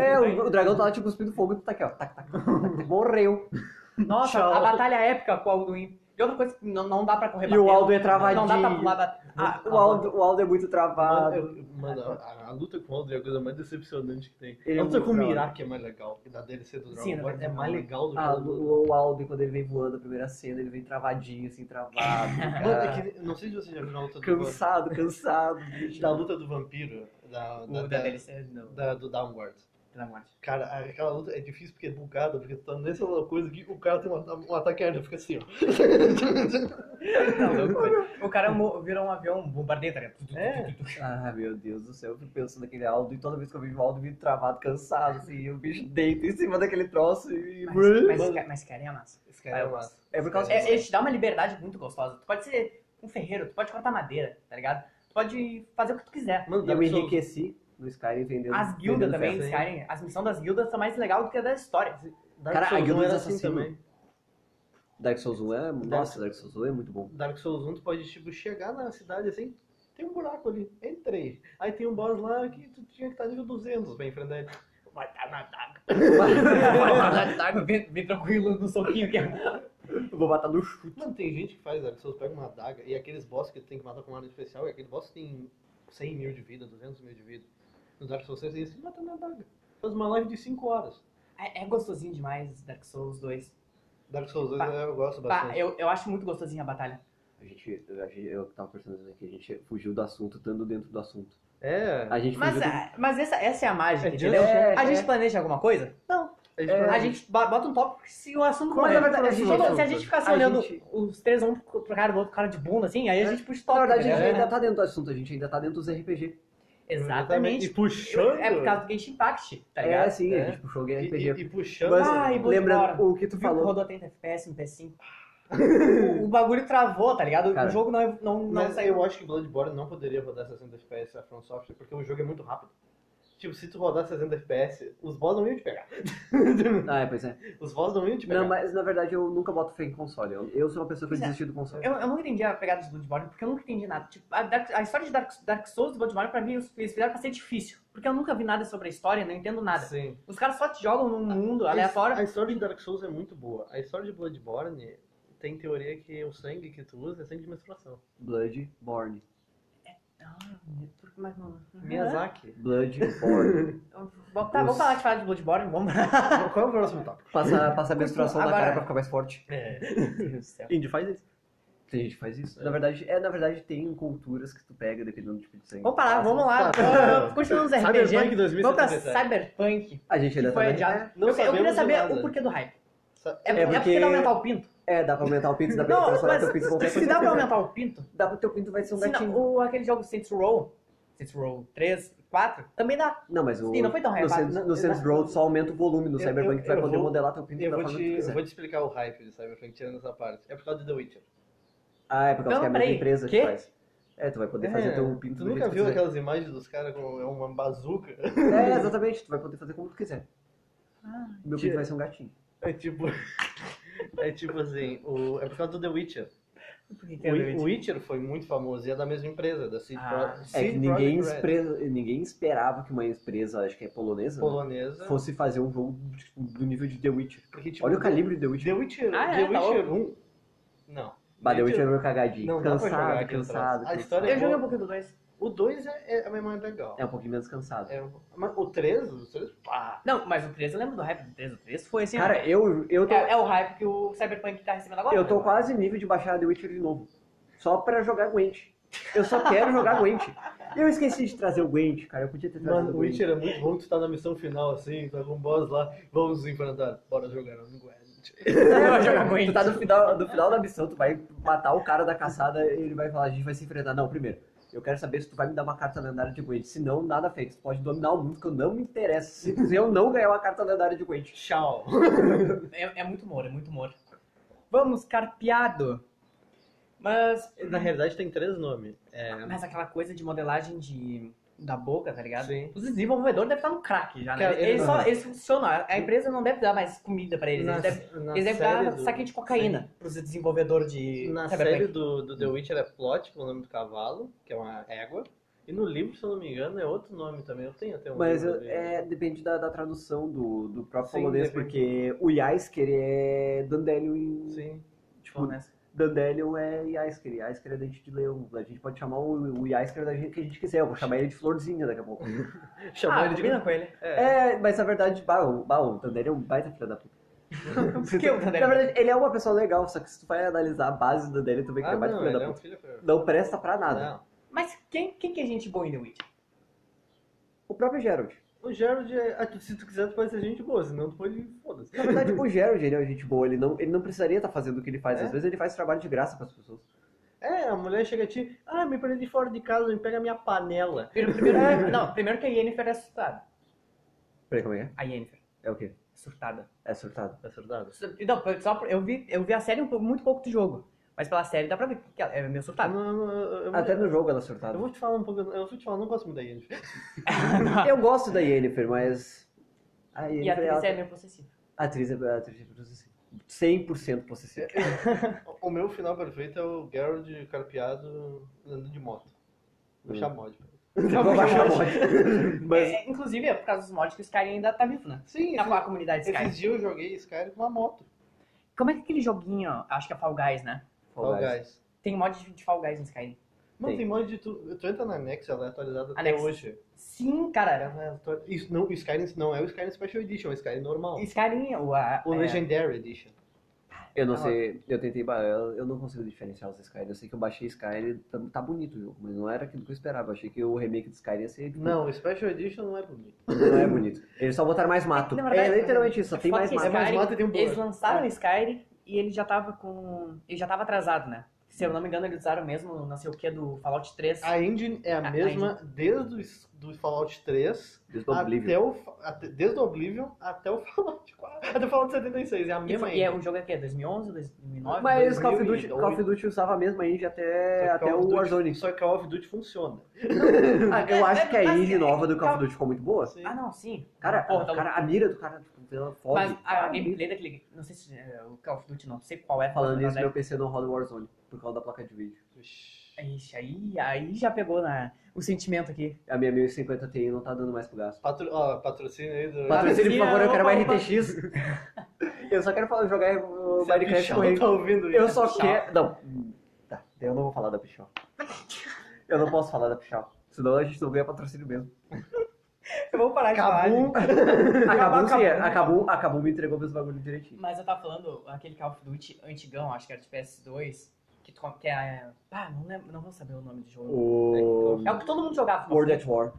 B: É, o, o dragão tá lá te cuspindo fogo e tu tá aqui, ó. Tac, tac, tac, tac. Morreu.
A: Nossa,
B: Tchau.
A: a batalha épica com o Alduin. E outra coisa que não, não dá pra correr
B: E o
A: batendo.
B: Aldo é
A: Não dá pra
B: travadinho.
A: pular bat... ah,
B: o, Aldo, o Aldo é muito travado.
C: Mano, eu- mano, a, a luta com o Aldo é a coisa mais decepcionante que tem.
B: Ele é
C: a luta
B: muito
C: com o
B: bravo.
C: Miraki é mais legal. E da DLC do Dragon
A: Sim,
C: Ball
A: é
C: é mais
A: muito-
C: legal do que
B: Ah,
C: o Aldo.
B: o, o Aldo, quando ele vem voando a primeira cena, ele vem travadinho, assim, travado.
C: Mano, é
B: Cara.
C: que, não sei se você já viu na luta do, va-
B: Cansado, cansado. bicho.
C: da luta do vampiro, da, da,
A: O
C: da-
A: da DLC, não.
C: da- do Downward.
A: Pela morte.
C: Cara, aquela luta é difícil porque é bugada, porque tu tá nessa coisa que o cara tem um, ata- um ataque aéreo, fica assim, ó.
A: Não, louco, velho. o cara mo- virou um avião, um bombardeio, tá ligado? Tu, tu, tu,
C: É.
A: tu, tu, tu.
B: Ah, meu Deus do céu, eu fico pensando naquele Aldo e toda vez que eu vejo o Aldo, eu me travado, cansado, assim, o bicho deita em cima daquele troço e.
A: Mas, mas, mas cara, é massa.
C: Esse cara é
A: Ah, eu
C: massa.
B: É por causa
A: É, ele te dá uma liberdade muito gostosa. Tu pode ser um ferreiro, tu pode cortar madeira, tá ligado? Tu pode fazer o que tu quiser.
C: Mano,
B: Eu me
C: Dark Souls,
B: enriqueci. do Skyrim vendendo.
A: As guildas
B: vendendo
A: também,
B: peça.
A: Skyrim. As missões das guildas são mais legais do que a da história.
C: Dark
B: Cara, a
C: Souls 1
B: Guilda
C: era
B: dos
C: assim
B: Assassinos.
C: também.
A: um-
B: Dark Souls 1 é. Nossa, Dark Souls 1 é muito bom.
C: Dark Souls 1, tu pode, tipo, chegar na cidade assim, tem um buraco ali, entrei. Aí tem um boss lá que tu tinha que estar nível 200 pra enfrentar ele. Vai tá na daga.
A: Bem, bem tranquilo no soquinho que é.
B: Vou matar no chute.
C: Mano, tem gente que faz Dark Souls, pega uma adaga e aqueles boss que tu tem que matar com uma arma especial, e aquele boss tem 100 mil de vida, 200 mil de vida. No Dark Souls 6 eles matam na adaga. Faz uma live de 5 horas.
A: É, é gostosinho demais Dark Souls 2.
C: Dark Souls 2
A: Pá,
C: eu gosto
A: Pá,
C: bastante.
A: eu, eu acho muito gostosinha a batalha.
B: A gente, a gente- eu tava conversando isso aqui, a gente fugiu do assunto, estando dentro do assunto.
C: É,
B: A gente
A: Mas,
B: fugiu
A: ah, mas essa, essa é a mágica,
C: É
A: entendeu?
C: just- é,
A: a
C: é.
A: gente planeja alguma coisa? Não.
C: gente
A: a
C: faz-
A: gente ba- bota um tópico se o assunto
C: Qual é
A: correr.
C: a verdade-
A: a gente,
C: a gente-
A: se a gente ficar assim,
B: a
A: olhando
B: gente-
A: os três um pro pro cara do outro, cara de bunda, assim, aí a gente puxa o
B: do... Na
A: tópico. né? É.
B: verdade, a gente
A: entendeu?
B: ainda tá dentro do assunto, a gente ainda tá dentro dos RPG.
A: Exatamente.
C: E puxando.
A: É por causa do Genshin Impact, tá ligado?
B: é, sim,
C: É.
B: a gente puxou alguém
C: e,
B: RPG.
C: e, e puxando.
B: Mas
A: Ah, e vou embora.
B: lembrando o que tu
A: Tu viu que
B: falou,
A: rodou 30 FPS no PS5. um o, o bagulho travou, tá ligado?
B: Cara.
A: o jogo não, é- não, não
C: Mas
A: saiu.
C: eu acho que Bloodborne não poderia rodar 60 FPS a From Software, porque o jogo é muito rápido. Tipo, se tu rodar 60 FPS, os boss não iam te pegar.
B: Ah, é, pois é.
C: Os boss não iam te pegar.
B: Não, mas na verdade eu nunca boto fé em console. Eu, eu sou uma pessoa que
A: Pois é.
B: desistiu do console.
A: Eu, eu nunca entendi a pegada de Bloodborne, porque eu nunca entendi nada. Tipo, a, Dark- a história de Dark, Dark Souls do Bloodborne, pra mim, eles eles fizeram pra ser difícil. Porque eu nunca vi nada sobre a história, não entendo nada.
C: Sim.
A: Os caras só te jogam num mundo aleatório.
C: A história de Dark Souls é muito boa. A história de Bloodborne tem teoria que o sangue que tu usa é sangue de menstruação.
B: Bloodborne.
A: Ah, por- mas não-
C: Miyazaki.
B: Bloodborne.
A: Bom, Tá, vamos parar de falar de Bloodborne, vamos
C: Qual é o próximo tópico?
B: Passa, passa a menstruação na
A: Agora-
B: cara pra ficar mais forte.
C: É.
A: pra...
B: Indie faz isso. Tem gente que faz isso. Na verdade, é, na verdade, tem culturas que tu pega dependendo do tipo de sangue.
A: Vamos parar, vamos lá.
C: Tá.
A: Continuamos os
C: Cyberpunk
A: RPG. né? Vamos pra
C: 2077.
A: Cyberpunk.
B: A gente
A: Que
B: ainda tá
A: foi
B: também.
A: adiado. eu,
C: Não
A: eu
C: sabemos
A: queria
C: de
A: saber
C: nada.
A: o porquê do hype.
C: Sa-
A: É,
B: É
A: é porque...
B: porque-
A: dá pra aumentar o pinto.
B: É, dá pra aumentar o pinto, dá pra
A: Não,
B: transformar teu pinto em
A: mas
B: qualquer
A: se
B: coisa.
A: dá pra aumentar o pinto,
B: Dá pro teu pinto vai ser um
A: se não-
B: gatinho.
A: o, aquele jogo Saints Row, Saints Row 3 e 4, também dá.
B: Não, mas o.
A: Sim, não é foi tão
B: no
A: hypado.
B: Saints-
A: Não,
B: No Saints
A: exato.
B: Road só aumenta o volume, no
C: Eu-
B: Cyberpunk tu
C: eu-
B: vai
C: eu
B: poder
C: vou-
B: modelar teu pinto
C: Eu
B: da
C: vou,
B: forma tá que
C: te,
B: tu
C: eu
B: quiser.
C: vou te explicar o hype de Cyberpunk tirando essa parte. É por causa de The Witcher.
B: Ah, é porque
A: Não,
B: causa que é a mesma
A: peraí.
B: empresa
A: Quê?
B: que faz. É, tu vai poder fazer
C: É,
B: teu pinto
C: Tu
B: do
C: nunca
B: jeito
C: viu
B: que tu
C: aquelas imagens dos caras com uma bazuca?
B: quiser. É, exatamente, tu vai poder fazer como tu quiser. Meu
C: tira.
B: pinto vai ser um gatinho.
C: É tipo. É tipo assim, o... é por causa do The Witcher.
A: Por que
C: O
A: que é
C: Witcher.
A: doente?
C: foi muito famoso e é da mesma empresa, da Seed
A: Ah.
C: Pro-
B: É
C: Seed
B: que ninguém,
C: Project Red,
B: espre- ninguém esperava que uma empresa, acho que é polonesa, né,
C: polonesa.
B: fosse fazer um jogo tipo, do nível de The Witcher.
C: Porque, tipo,
B: Olha o calibre do The Witcher.
C: The Witcher,
A: Ah,
C: The
A: é, tá
C: Witcher 1. Não.
B: Bah, The Witcher é meu cagadinho.
C: Não dá pra jogar
B: cansado,
C: aquele
B: cansado.
C: troço. A
B: cansado.
C: história
A: Eu joguei um pouquinho do 2.
C: O 2 é, é a memória legal.
B: É um pouquinho menos cansado.
C: É um- Mas o 3, o 3, pá.
A: Não, mas o 3 eu lembro do hype do 3. O 3 foi assim.
B: Cara, eu, eu, tô,
A: é, é o hype que o Cyberpunk tá recebendo agora.
B: eu tô quase nível de baixar The Witcher de novo. Só pra jogar Gwent. Eu só quero jogar Gwent. Eu esqueci de trazer o Gwent, cara. Eu podia ter trazido
C: Mano,
B: o
C: o
B: Gwent.
C: Witcher é muito bom, tu tá na missão final assim, tá com o boss lá, vamos nos enfrentar, bora jogar no Gwent.
A: Eu jogo Gwent.
B: tu tá no final, no final da missão, tu vai matar o cara da caçada e ele vai falar, a gente vai se enfrentar. Não, primeiro, eu quero saber se tu vai me dar uma carta lendária de Gwent. Se não, nada feito. Tu pode dominar o mundo que eu não me interessa. Se eu não ganhar uma carta lendária de Gwent.
C: Tchau.
A: É, é muito humor, é muito humor. Vamos, carpeado. Mas,
C: Na realidade tem três nomes. É,
A: mas aquela coisa de modelagem de, da boca, tá ligado?
C: Sim.
A: Os desenvolvedores devem estar no crack já, né?
C: Cara,
A: eles,
C: eu-
A: só, eles funcionam. A empresa não deve dar mais comida pra eles.
C: na-
A: Eles devem,
C: na
A: eles devem
C: série
A: dar
C: do-
A: saquinho de cocaína pros desenvolvedores de
C: Na
A: Cyberpunk.
C: série do, do The Witcher é Plot, que é o nome do cavalo, que é uma égua. E no livro, se eu não me engano, é outro nome também. Eu tenho até um
B: Mas
C: livro
B: eu-
C: dele.
B: é, depende da, da tradução do, do próprio
C: Sim,
B: polonês,
C: depende.
B: porque o Jaisker é Dandelion em.
C: Sim.
B: Tipo,
C: né?
B: Dandelion é Jaisker, Jaisker é dente de leão. A gente pode chamar o, o Jaisker da gente que a gente quiser, eu vou chamar ele de florzinha daqui a pouco.
C: Uhum. Chamou
A: Ah,
C: ele de...
A: combina com ele.
C: É.
B: é, mas na verdade, bah, o, bah, o Dandelion é um baita filho da puta.
A: Por que o
B: Na
A: Dandelion?
B: verdade, ele é uma pessoa legal, só que se tu vai analisar a base do Dandelion, tu vê que ele
C: Ah,
B: é baita
C: não, ele
B: filho da
C: é um É.
B: puta.
C: filho...
B: Não presta pra nada.
A: Mas quem, quem que é gente boa em The Witcher?
B: O próprio Gerald.
C: Não. O Gerald é... ah, tu- se tu quiser, tu pode ser gente boa, senão tu pode... Foda-se.
B: Na verdade, o Gerald, ele é uma gente boa, ele não, ele não precisaria estar fazendo o que ele faz.
C: É?
B: Às vezes ele faz trabalho de graça pras pessoas.
C: É, a mulher chega a ti, ah, me prende fora de casa, me pega a minha panela.
A: Primeiro, primeiro- não, primeiro que a Yennefer é surtada.
B: Peraí, como é que
A: A Yennefer
B: é? É o quê?
A: é surtada.
B: É surtado.
C: Tá acertado?
A: Não, só por- eu vi, eu vi a série um pouco- muito pouco do jogo. Mas pela série dá pra ver que ela é meio surtada.
C: Não, não, eu- eu- eu-
B: Até no jogo ela é
C: Eu
B: surtada.
C: vou te falar um pouco, eu vou te falar, eu não gosto muito da Yennefer.
B: Eu gosto da Yennefer, mas. A
A: E a
B: Yennefer,
A: atriz
B: ela-
A: é
C: tá-
A: meio possessiva.
B: a atriz é a atriz é possessiva. 100% possessiva.
C: O meu final perfeito é o Geralt carpeado andando de moto. Vou
B: Hum.
C: chamar mod. pra ele.
B: Vou baixar a mod.
A: É, inclusive, é por causa dos mods que o Skyrim ainda tá vivo, né?
C: Sim,
A: Tá com
C: esses,
A: a comunidade Skyrim.
C: esses dias eu joguei Skyrim com uma moto.
A: Como é que aquele joguinho, ó, acho que é Fall Guys, né?
C: Fall Guys.
A: Tem mod de- de Fall Guys no Skyrim.
C: Mano,
B: Tem.
C: tem mod de tu. Tu entra na Nex, ela é atualizada até
A: Anexos.
C: hoje.
A: Sim, cara.
C: Ela é atua- Isso, não, o Skyrim não é o Skyrim Special Edition, é o Skyrim normal.
A: Skyrim, o, a,
C: O
A: é,
C: Legendary Edition.
B: Eu não
A: Não.
B: sei, eu tentei, ba- eu eu não consigo diferenciar os Skyrim. Eu sei que eu baixei Skyrim, tá, tá bonito o jogo, mas não era aquilo que eu esperava. Eu achei que o remake de Skyrim ia ser. tipo,
C: Não, o Special Edition não é bonito.
B: Não é bonito. Eles só botaram mais mato.
A: Na verdade,
B: é literalmente isso, só tem
A: foda
B: mais
A: que
B: mato.
C: É mais
A: Skyrim,
C: mato e tem um
A: Eles
C: bolo.
A: lançaram
B: É.
A: o Skyrim e ele já tava com. Ele já tava atrasado, né? Se eu não me engano, eles usaram mesmo não sei o que do Fallout 3.
C: A engine é a
A: a
C: mesma desde o s- do Fallout 3
B: Eles dão
C: até
A: é
B: Oblivion.
C: o, fa- até- desde o Oblivion até o Fallout 4. Até o Fallout 76, é a
A: e,
C: mesma
A: foi, e é,
C: engine.
A: o jogo é o quê? 2011, 2009?
B: Mas Call of, Duty,
C: 2008.
B: Call of Duty usava a mesma engine até,
C: Só que
B: até
C: Call
B: o
C: of Duty-
B: Warzone. Ah,
C: Só que Call of Duty funciona.
A: é-
B: Eu acho que a
A: mas-
B: engine nova do Call of
A: Call-
B: Duty ficou muito boa.
C: Sim.
A: Ah, não, sim.
B: Cara,
A: Porra, tá
B: cara, a mira do cara, tipo, pela fome.
A: Mas ah, a gameplay daquele. Não sei se é o Call of Duty, não sei qual é.
B: Falando
A: mas
B: nisso,
A: deve-
B: meu PC não roda Warzone por causa da placa de vídeo.
C: Ixi.
A: Ixi, aí, aí já pegou na, o sentimento aqui.
B: A minha 1050 Ti não tá dando mais pro gasto.
C: Patro... ó, patrocínio aí do.
B: Patrocínio, por
A: Patrocina,
B: favor, eu quero mais
A: opa, opa.
B: RTX. Eu só quero falar, jogar o
C: Se a
B: Minecraft
C: Pichão
B: com ele.
C: tá ouvindo
B: Eu
C: isso.
B: só quero. Não. Tá, eu não vou falar da Pichal. Eu não posso falar da Pichal. Senão a gente não ganha patrocínio mesmo.
A: Eu vou parar de falar.
C: Cabum.
B: Acabou, sim,
A: acabou.
B: acabou, acabou, me entregou meus bagulho direitinho.
A: Mas eu tava falando aquele Call of Duty antigão, acho que era de PS2, que, tu- que é. Ah, não, lembro, não vou saber o nome do jogo.
B: O.
A: É o que todo mundo jogava.
B: World at War.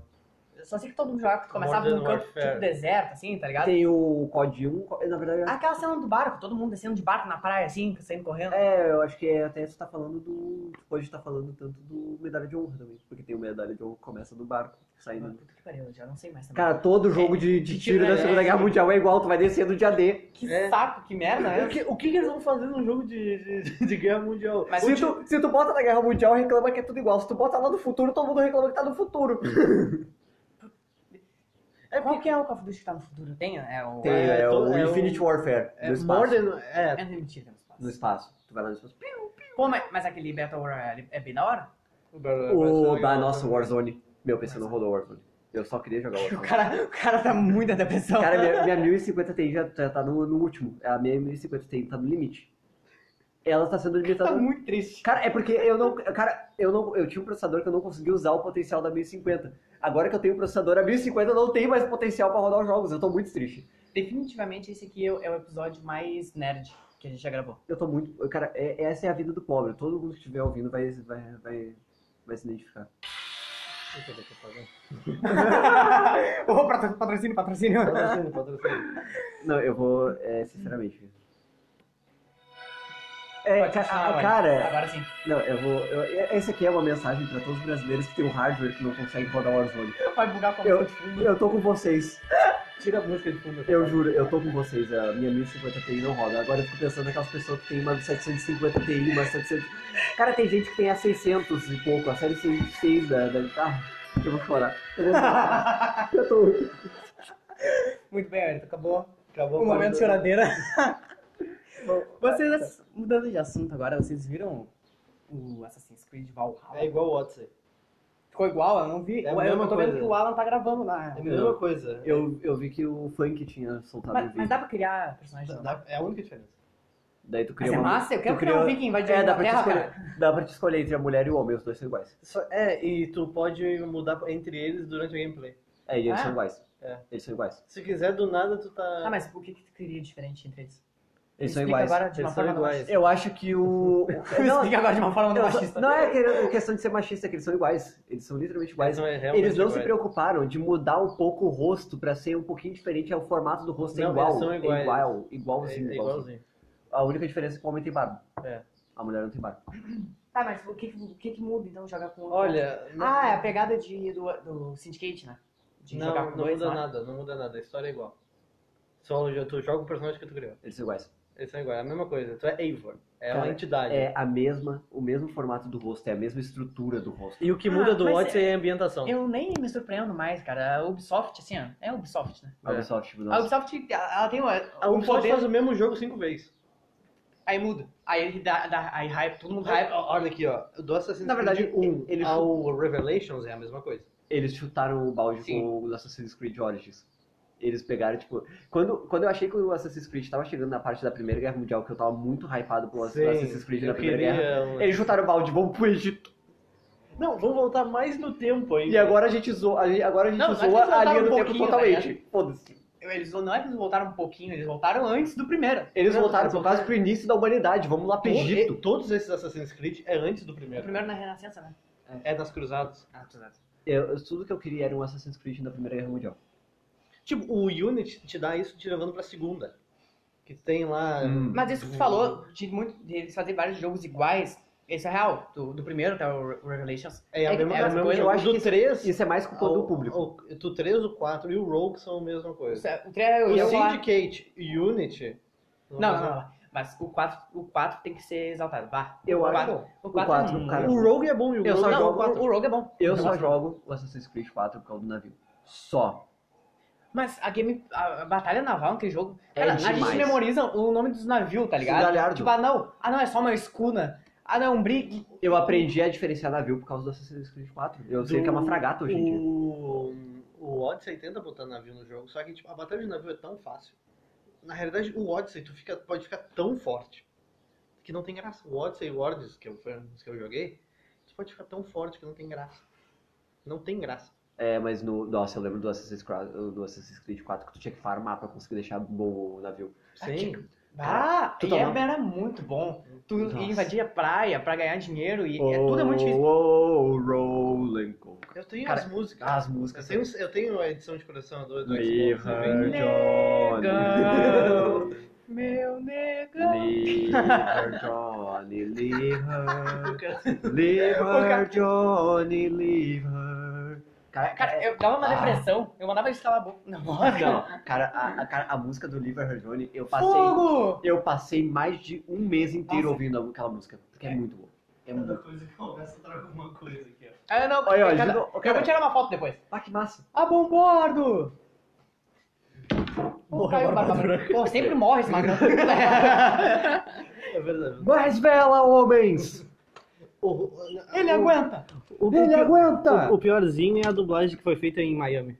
A: Eu Só sei que todo mundo jogava, que tu começava
C: Modern
A: num campo
C: Warfare.
A: tipo deserto, assim, tá ligado?
B: Tem o COD 1. co- Na verdade, eu acho-
A: Aquela cena do barco, todo mundo descendo de barco na praia, assim, saindo correndo.
B: é, eu acho que é, até você tá falando do. Tu pode estar falando tanto do Medalha de Honra também. Porque tem o Medalha de Honra que começa no barco,
A: Mano,
B: saindo.
A: Puta que pariu, eu já não sei mais também.
B: Cara, todo jogo de, de tiro da Segunda Guerra Mundial é igual, tu vai descendo o dia D.
A: que
C: é.
A: saco, que merda,
C: O
A: né?
C: que, o que que eles vão fazer num jogo de, de, de guerra mundial?
A: Mas
B: Se tu, se tu bota na Guerra Mundial, reclama que é tudo igual. Se tu bota lá no futuro, todo mundo reclama que tá no futuro.
A: é qual que é o Call of Duty que tá no futuro? Tem? É o.
B: Tem,
A: É,
B: é,
C: É,
B: o
C: todo- é
B: Infinite
C: o-
B: Warfare
C: É
B: no espaço.
C: Modern. É,
A: é mentira, no espaço.
B: No espaço. Tu vai lá no espaço.
A: Pô, mas, mas aquele Battle Royale é bem da hora?
B: O da nossa Warzone. Meu PC não rodou Warzone. Eu só queria jogar
A: O
B: Warzone.
A: cara, o cara tá muito na depressão.
B: Cara, minha, minha 1050 Ti já já tá no, no último. A minha 1050 Ti tá no limite. Ela tá sendo
A: tá
B: limitada.
A: muito triste.
B: Cara, é porque eu não. Cara, eu não. Eu tinha um processador que eu não consegui usar o potencial da 1050. Agora que eu tenho um processador, a 1050 não tem mais potencial pra rodar os jogos. Eu tô muito triste.
A: Definitivamente esse aqui é o é o episódio mais nerd que a gente já gravou.
B: Eu tô muito. Cara, é- essa é a vida do pobre. Todo mundo que estiver ouvindo vai, vai, vai, vai se identificar.
A: Ô, oh, patrocínio, patrocínio.
C: Patrocínio, patrocínio.
B: Não, eu vou. É, sinceramente. É, ca- a- cara,
A: Agora sim.
B: Não, eu vou. eu- essa aqui é uma mensagem pra todos os brasileiros que tem um hardware que não consegue rodar o Warzone.
A: Vai bugar com a
B: Eu, eu tô com vocês.
C: Tira a música de fundo.
B: Eu juro, eu tô com vocês. A minha 1050 Ti não roda. Agora eu fico pensando naquelas pessoas que tem uma 750 Ti, uma 700. Cara, tem gente que tem a 600 e pouco, a série 6 da, da guitarra. Eu vou chorar. Eu vou chorar. Eu tô.
A: Muito bem, Ayrton, acabou
C: Acabou
A: o momento
C: parando.
A: choradeira. Vocês, mudando de assunto agora, vocês viram o Assassin's Creed Valhalla?
C: É igual o Odyssey.
A: Ficou igual? Eu não vi.
C: É a
A: eu,
C: mesma
A: eu tô vendo
C: coisa.
A: que o Alan tá gravando lá.
C: É a mesma coisa.
B: Eu, eu vi que o funk tinha soltado o
A: Mas,
B: vídeo.
A: mas dá pra criar personagem? Não.
C: Dá- É a única diferença.
B: Daí tu
A: Mas
B: cria
A: é
B: uma.
A: massa, eu quero
B: tu
A: criar
B: criou-
A: um viking invadir
B: É,
A: a
B: dá pra, te
A: terra, cara.
B: escolher, dá pra te escolher entre a mulher e o homem, os dois são iguais.
C: Só- é, e tu pode mudar entre eles durante a gameplay.
B: É, e eles
A: Ah.
B: são iguais.
C: É.
B: Eles são iguais.
C: Se quiser, do nada tu tá.
A: Ah, mas o que que tu queria diferente entre eles?
B: Eles são
A: Explica
B: iguais.
A: agora de uma
C: Eles são
A: forma não
C: iguais.
B: Eu acho que
A: Não,
B: o.
A: Explica agora de uma forma não
B: eu só-
A: machista.
B: não é que- questão de ser machista, é que eles são iguais. Eles são literalmente iguais.
C: não é realmente
B: Eles não se
C: iguais.
B: preocuparam de mudar um pouco o rosto pra ser um pouquinho diferente. É o formato do rosto é
C: Não,
B: igual.
C: eles são iguais.
B: É igual, igualzinho,
C: É, é
B: igualzinho.
C: igualzinho.
B: A única diferença é que o homem tem barba.
C: É.
B: A mulher não tem barba.
A: Tá, mas o que, que- o que, que muda então jogar com outro?
C: Olha.
A: Ah, é a pegada de, do, do Syndicate, né? De
C: Não,
A: jogar
C: não
A: com dois,
C: muda
A: não é?
C: nada, não muda nada. A história é igual. Só tu joga o personagem que tu criou.
B: Eles são iguais.
C: Eles são iguais, é a mesma coisa. Tu é Eivor. É uma
B: Cara,
C: entidade.
B: É a mesma, o mesmo formato do rosto, é a mesma estrutura do rosto.
C: E o que
A: Ah,
C: muda do
A: mas
C: Odyssey é a ambientação.
A: Eu nem me surpreendo mais, cara. A Ubisoft, assim, ó, é a Ubisoft, né?
B: A Ubisoft,
C: Ah,
B: tipo,
A: A
B: nossa,
A: Ubisoft, ela ela tem uma-
C: A
A: um
C: Ubisoft
A: poder,
C: faz o mesmo jogo cinco vezes.
A: aí muda. Aí ele dá, dá- aí hype, todo mundo hype.
C: Olha aqui, ó. Do Assassin's
B: Na verdade,
C: Creed 1
B: ele-
C: ao Revelations é a mesma coisa.
B: eles chutaram o balde
A: Sim.
B: com o Assassin's Creed Origins. Eles pegaram, tipo. Quando, quando eu achei que o Assassin's Creed tava chegando na parte da Primeira Guerra Mundial, que eu tava muito hypado pelo Assassin's Creed na
C: eu
B: Primeira
C: queria
B: Guerra,
C: um-
B: eles chutaram o balde, vamos pro Egito.
C: Não, vamos voltar mais no tempo ainda.
B: E agora a gente zoa, a gente- agora a gente
A: Não, não é que eles
B: zoa a linha
A: voltaram
B: do
A: um
B: tempo
A: pouquinho, tá
B: totalmente. Foda-se.
A: Eles, não é que eles voltaram um pouquinho, eles voltaram antes do primeiro.
B: Eles
C: Não,
B: voltaram
C: eles
B: por causa pro início da humanidade, vamos lá pro
C: To-
B: Egito.
C: e- Todos esses Assassin's Creed é antes do
A: O
C: primeiro.
A: primeiro na Renascença, né?
C: É das cruzadas.
A: Ah, tu sabe.
B: Eu- eu- tudo que eu queria era um Assassin's Creed na Primeira Guerra Mundial.
C: Tipo, o Unity te dá isso te levando pra segunda. Que tem lá.
B: Hum.
A: Mas isso que tu falou, de, muito, de eles fazerem váriros jogos iguais, isso é real. Do, do primeiro até o Re- Revelations.
C: É a
A: É-
C: mesma,
A: é
C: é
A: a
C: o mesmo
A: coisa,
C: jogo.
B: eu acho
C: do
B: que isso-
C: 3.
B: Isso é mais culpa do público.
C: O, o 3, o 4 e o Rogue são a mesma coisa.
A: O três eu
C: O
A: ia falar-
C: Syndicate e Unity.
A: Não, não, não, não. Mas o 4, o 4 tem que ser exaltado. Vá.
B: Eu
A: o
B: acho
A: quatro- O 4,
B: O quatro, cara.
C: O Rogue é bom e o
B: Eu
C: Rogue
B: só
C: não,
B: jogo
C: o
A: o,
C: quatro-
A: o Rogue é bom.
B: Eu só
C: Nossa.
B: jogo o Assassin's Creed 4 por causa do navio. Só.
A: Mas a game. A, a batalha naval naquele jogo.
B: É
A: Cara, a gente
B: demais.
A: memoriza o nome dos navios, tá ligado?
B: Galhardo.
A: Tipo, ah não. Ah não, é só uma escuna. Ah não, é um brick.
B: Eu aprendi a diferenciar navio por causa do Assassin's Creed 4. Eu sei
C: Do-
B: que é uma fragata hoje em dia.
C: O, o Odyssey tenta botar navio no jogo, só que tipo, a batalha de navio é tão fácil. Na realidade, o Odyssey tu fica, pode ficar tão forte que não tem graça. O Odyssey e o Origins, que eu, foi um dos que eu joguei, tu pode ficar tão forte que não tem graça. Não tem graça.
B: É, mas no. Nossa, eu lembro do Assassin's Creed, do Assassin's Creed 4 que tu tinha que farmar pra conseguir deixar bom o navio.
C: Sim.
A: Ah,
B: Tu
A: e
B: tá
A: era,
B: maluco.
A: era muito bom. Tu
B: Nossa.
A: invadia praia pra ganhar dinheiro e é, tudo é muito difícil.
B: Oh, Rolling Coke.
C: Eu tenho
B: Cara,
C: as músicas.
B: As
C: eu,
B: músicas.
C: tenho, eu tenho a edição de coleção do, do
B: Me
C: Xbox, eu venho.
B: heard
A: Negão.
B: Johnny.
A: Meu negão.
B: Leave her, Johnny, leave her. Leave
A: cara-
B: her, Johnny, leave her.
A: Cara, eu dava uma
B: Ah.
A: depressão. Eu mandava eles calar a boca. Não,
B: Não, cara, a, a- cara, a música do Liver Her Johnny, eu passei,
A: Fogo!
B: eu passei mais de um mês inteiro
A: Nossa.
B: ouvindo aquela música, porque é, muito boa. É muito boa.
C: coisa que começa a trago alguma coisa aqui, ó.
A: Ah, não,
B: Olha, olha,
A: cara,
B: Gino-
A: eu
B: cara.
A: vou tirar uma foto depois.
B: Ah, que massa.
A: A bom bordo!
C: Morreu
A: Caiu
C: a
A: o
C: barba
A: Barba Branca. Pô, sempre morre esse magrão.
C: É verdade.
B: Mais vela, homens!
C: O-
A: Ele
C: o-
A: aguenta.
C: o- o-
B: Ele aguenta!
C: O, o piorzinho é a dublagem que foi feita em Miami.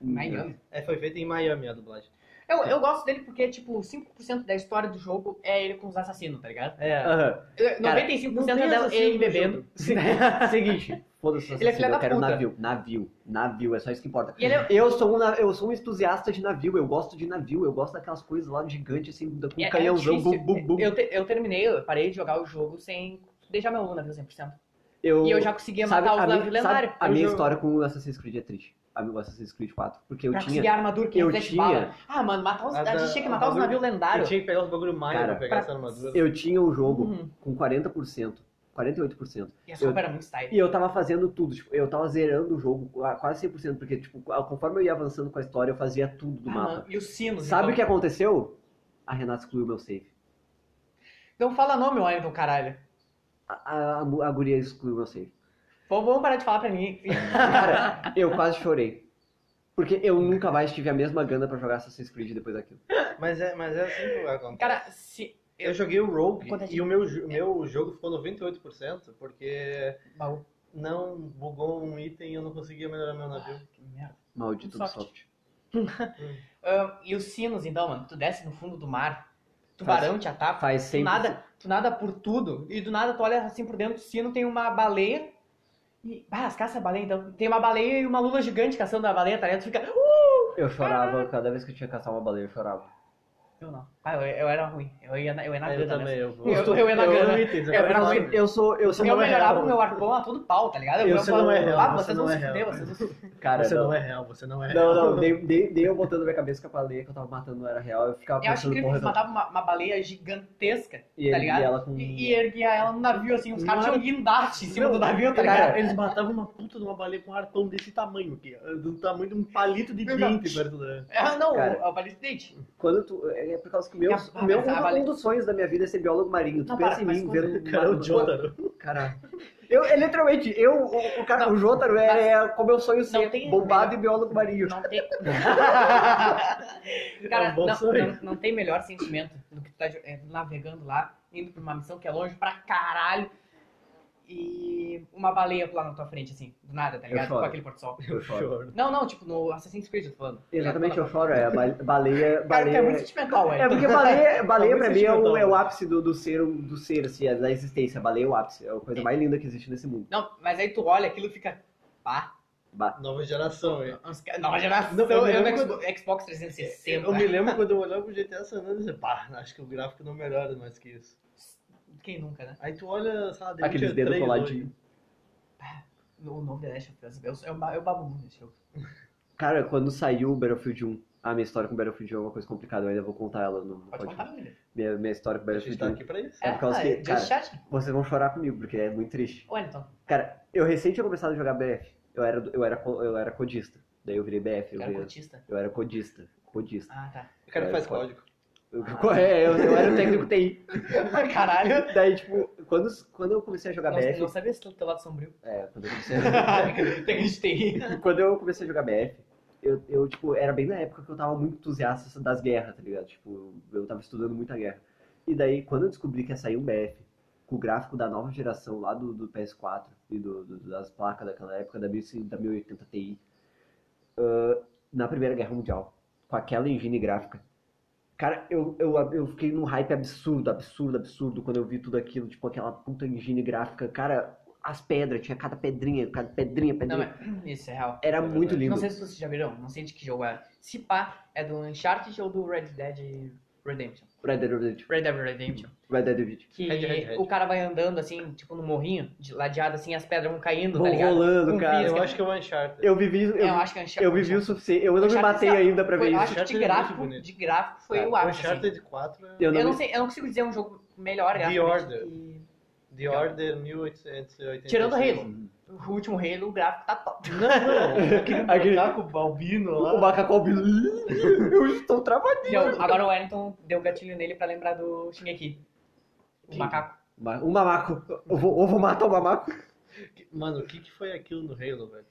A: Miami.
C: É, foi feita em Miami a dublagem.
A: Eu, eu gosto dele porque, tipo, 5% da história do jogo é ele com os assassinos, tá ligado?
C: É.
B: Aham.
A: Eu-
B: Cara,
A: 95%
C: não tem
A: dela é
C: assassino
A: ele
C: no
A: bebendo. É,
B: Seguinte, Né? foda-se,
A: Ele é filha
B: eu
A: da
B: quero
A: puta.
B: navio, navio, navio, é só isso que importa.
A: E ele é-
B: Eu sou, um, na- eu sou um entusiasta de navio, eu gosto de navio, eu gosto daquelas coisas lá gigantes, assim, da- com
A: É- é
B: canhãozão,
A: difícil.
B: bum, bum, bum.
A: Eu, te- eu terminei, eu parei de jogar o jogo sem deixar meu navio 100%.
B: Eu-
A: E eu já conseguia
B: Sabe,
A: matar
B: a
A: os
B: minha-
A: navios
B: sabe,
A: lendários.
B: a
A: Eu
B: minha
A: jogo-
B: história com o Assassin's Creed é triste. A minha- O Assassin's Creed 4. Porque eu
A: pra
B: tinha.
A: conseguir a armadura que
B: eu
A: reflete
B: tinha-
A: bala. Ah, mano, matar os,
C: A
A: a,
C: da-
A: gente tinha que
C: a
A: matar os
C: bagulho-
A: navios
C: Eu
A: lendários.
C: tinha que pegar os bagulho Maia
B: Cara,
C: pra pegar
A: pra-
C: essa armadura.
B: Eu tinha um jogo
A: Uhum.
B: com 40%, 48%.
A: E a sopa era muito style.
B: E eu tava fazendo tudo, tipo, eu tava zerando o jogo a quase 100%, porque, tipo, conforme eu ia avançando com a história, eu fazia tudo do
A: Ah,
B: mapa.
A: mano, e os sinos.
B: Sabe o que é-
A: então.
B: aconteceu? A Renata excluiu meu save.
A: Então fala nome, olha, então, caralho.
B: A, a, a guria excluiu meu save.
A: Vamos vamos parar de falar pra mim.
B: Cara, eu quase chorei. Porque eu nunca mais tive a mesma gana pra jogar Assassin's Creed depois daquilo.
C: Mas, é, mas é assim que vai acontecer.
A: Cara, se.
C: eu joguei o Rogue
A: Quando a gente-
C: e o meu, jo- meu jogo ficou 98% porque
A: Baú,
C: não bugou um item e eu não conseguia melhorar meu navio.
A: que merda.
B: Maldito do
A: Soft.
B: soft.
A: Ah, e os sinos, então, mano. Tu desce no fundo do mar, tubarão te ataca,
B: Faz
A: tu
B: 100%.
A: nada, tu nada por tudo. E do nada tu olha assim por dentro do sino, tem uma baleia. E. Ah, as caças a baleia, então. Tem uma baleia e uma lula gigante caçando a baleia, tá ligado? Tu fica. Uh!
B: Eu chorava, cada vez que eu tinha que caçar uma baleia, eu chorava.
A: Eu não. Ah, eu, eu era ruim. Eu ia na, eu ia na
C: eu
A: grana
C: também,
A: nessa.
C: eu vou.
A: Eu- eu ia na
C: amo
A: grana.
C: itens,
A: Eu
C: agora
A: era
C: eu
A: ruim.
C: amo.
B: Eu sou, eu sou
A: Eu
C: não é
A: melhorava
C: real.
A: o meu arpão a todo pau, tá ligado?
C: Eu-
A: ia
C: você não é
A: falando,
C: real,
A: Ah,
C: você
A: vocês
C: não
A: não
C: é
A: se
C: real.
A: fuderam, vocês não se
B: Cara,
C: Você
B: não.
C: não. é real, você não é
B: Não,
C: real.
B: não, nem, nem, nem eu botando um na minha cabeça que a baleia que eu tava matando não era real, eu
C: Tá
B: ficava
A: Eu acho
B: pensando,
A: incrível que
B: porra,
A: eles matavam
B: não.
A: uma, uma baleia gigantesca,
B: E ele-
A: tá ligado?
B: e ela com-
A: E- e erguia ela no navio, assim, os caras
C: Não
A: tinham guindaste em cima do navio, tá ligado?
B: Cara,
C: Cara, eles matavam uma puta de uma baleia com um arpão desse tamanho aqui, ó, do tamanho de um palito de
A: Não, não.
C: dente perto da...
A: Ah, não,
B: Cara.
A: o, o palito de dente.
B: Quando tu, é, é por causa que o meu,
A: Ah,
B: o meu
A: mas a baleia-
B: um dos sonhos da minha vida é ser biólogo marinho. Tu
A: Não,
B: pensa
A: para,
B: em
A: mas
B: mim
A: quando-
B: vendo
C: Cara, é o Jotaro.
B: Cara, eu, é literalmente, eu, o, o cara, o Jotaro é, é como eu sonho ser,
A: tem-
B: bombado e biólogo marinho.
A: Não tem.
C: É
A: Cara,
C: um bom
A: não,
C: sonho.
A: não- não tem melhor sentimento do que tu tá é, navegando lá, indo pra uma missão que é longe pra caralho. E uma baleia lá na tua frente, assim, do nada, tá
C: É
A: ligado? Com
B: choro.
A: aquele pôr do sol.
B: Eu choro.
A: Não, não, tipo, no Assassin's Creed, eu tô falando.
B: Exatamente, eu choro, é, ba- baleia,
A: Cara, tu
B: baleia...
A: é muito sentimental,
B: É
A: velho.
B: porque baleia, baleia
C: muito
B: pra mim é o,
C: sentimental,
B: é o
C: né?
B: ápice do, do ser, do ser assim, é da existência. A baleia é o ápice, é a coisa mais linda que existe nesse mundo.
A: Não, mas aí tu olha aquilo e fica. Pá,
C: Nova geração, hein?
A: os caras- nova geração.
C: Não, eu me
A: eu no
C: lembro
A: Xbox, Xbox 360.
C: É, Eu me lembro quando eu olhava pro GTA San Andreas e pá, acho que o gráfico não melhora mais que isso.
A: Quem nunca, né?
C: Aí tu olha, sabe, The
A: é
B: Aqueles
C: Witcher
B: dedos
C: 3
B: coladinhos.
A: O nome The Last of Us. Eu, eu, ba- eu babo muito nesse jogo.
B: Cara, quando saiu o Battlefield 1, a minha história com o Battlefield 1 é uma coisa complicada, eu ainda vou contar ela no
A: Pode
B: podcast.
A: contar, meu filho.
B: Minha, minha história com o
C: hoje. A gente
B: Battlefield
C: tá
B: 1.
C: aqui pra isso.
B: É por causa que,
A: just
B: cara-
A: chat.
B: Vocês vão chorar comigo, porque é muito trente.
A: Olha, então.
B: Cara, eu recém tinha começado a jogar BF. Eu era, eu era, co- eu era codista. Daí eu virei BF. Eu,
A: Era
B: virei-
A: cotista.
B: eu era codista. Codista.
A: Ah, tá.
C: O cara que faz
B: É,
C: código.
B: Eu, é, eu, eu era o técnico TI.
A: Caralho.
B: Daí, tipo, quando, quando eu comecei a jogar
A: Não,
B: BF.
A: não sabia se teu lado sombrio.
B: É, quando eu comecei a
A: Tem gente tem.
B: quando eu comecei a jogar BF, eu, eu, tipo, era bem na época que eu tava muito entusiasta das guerras, tá ligado? Tipo, eu tava estudando muita guerra. E daí, quando eu descobri que ia sair um BF com o gráfico da nova geração lá do, do PS4 e do, do- das placas daquela época, da, 1000 da 1080 Ti, ah, na Primeira Guerra Mundial, com aquela engine gráfica. Cara, eu, eu, eu fiquei num hype absurdo, absurdo, absurdo quando eu vi tudo aquilo, tipo aquela puta engine gráfica. Cara, as pedras, tinha cada pedrinha, cada pedrinha, pedrinha.
A: Não, mas isso é real.
B: Era
C: É
B: muito
C: verdade.
B: lindo.
A: Não sei se vocês já viram, não sei de que jogo é. Se pá, é do Uncharted ou do Red Dead Redemption.
B: Red Dead Redemption.
A: Red Dead Redemption.
B: Red Dead Redemption.
A: Que
C: Red, Red, Red.
A: o cara vai andando assim, tipo no morrinho, de ladeado assim, as pedras vão caindo, tá
B: Vão
A: ligado?
B: rolando,
A: Com
B: cara.
A: física.
C: Eu acho que é o Uncharted.
B: Eu vivi, eu,
A: É, eu acho que é Unchar-
B: eu vivi o
A: Uncharted.
B: suficiente. Eu não me
A: Uncharted,
B: matei
A: sei lá,
B: ainda pra
A: foi-
B: ver
A: Eu
B: isso.
A: acho que de
C: Uncharted é muito
A: gráfico,
C: bonito.
A: de gráfico foi
B: Cara,
A: o
C: O
A: ápice. assim.
C: Uncharted 4 é...
B: Eu
A: Eu,
B: não,
A: não
B: me...
A: sei, eu não consigo dizer um jogo melhor
C: The
A: graficamente
C: Order.
A: que-
C: The Order 1886.
A: Tirando o Halo. O último Halo, o gráfico tá top.
C: Não, aquele
B: Aquele-
C: macaco balbino lá.
B: O macaco albino. Eu estou travado.
A: Não, agora o Wellington deu gatilho nele pra lembrar do Shingeki. O
C: Sim.
A: macaco.
B: Ma- Um mamaco. Eu vou, eu vou matar o mamaco.
C: Mano, o que que foi aquilo no Halo, velho?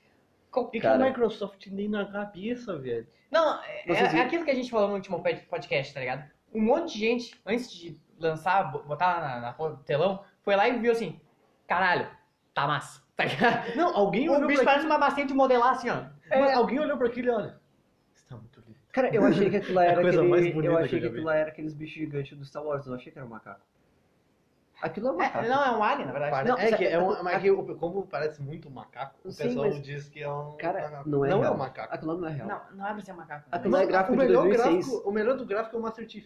A: Co-
C: O que, que a
B: Cara.
C: Microsoft tem na cabeça, velho?
A: Não, é,
B: Vocês
A: é
B: viram?
A: aquilo que a gente falou no último pod- podcast, tá ligado? Um monte de gente, antes de lançar, bo- botar na, na porra do telão, foi lá e viu assim, caralho, tá massa, tá ligado?
C: Não, alguém
A: O
C: olhou
A: bicho
C: pra
A: parece uma bacia de modelar assim, ó.
C: aquilo. Mano, Alguém olhou pra aquilo e olha. Está muito lindo.
B: Cara, eu achei que aquilo lá
C: É a
B: era
C: coisa
B: aquele-
C: mais bonita
B: Eu
C: que
B: achei
C: eu
B: que
C: já
B: aquilo
C: vi.
B: lá era aqueles bichos gigantes do Star Wars. Eu não achei que era um macaco. Aquilo é um macaco.
A: É, não, é um alien, na verdade.
C: Pare-
B: Não,
C: é
B: sa-
C: que é um, mas que o- como parece muito um macaco, o
B: Sim,
C: pessoal
B: mas-
C: diz que é um
B: Cara,
C: macaco.
B: não é
C: não
B: real.
C: um macaco.
B: Aquilo lá não é real.
A: Não, não é pra ser um macaco.
B: Aquilo
A: né?
B: lá é gráfico
C: o
B: de
C: melhor
B: 2006.
C: gráfico, o melhor do gráfico é o Master Chief.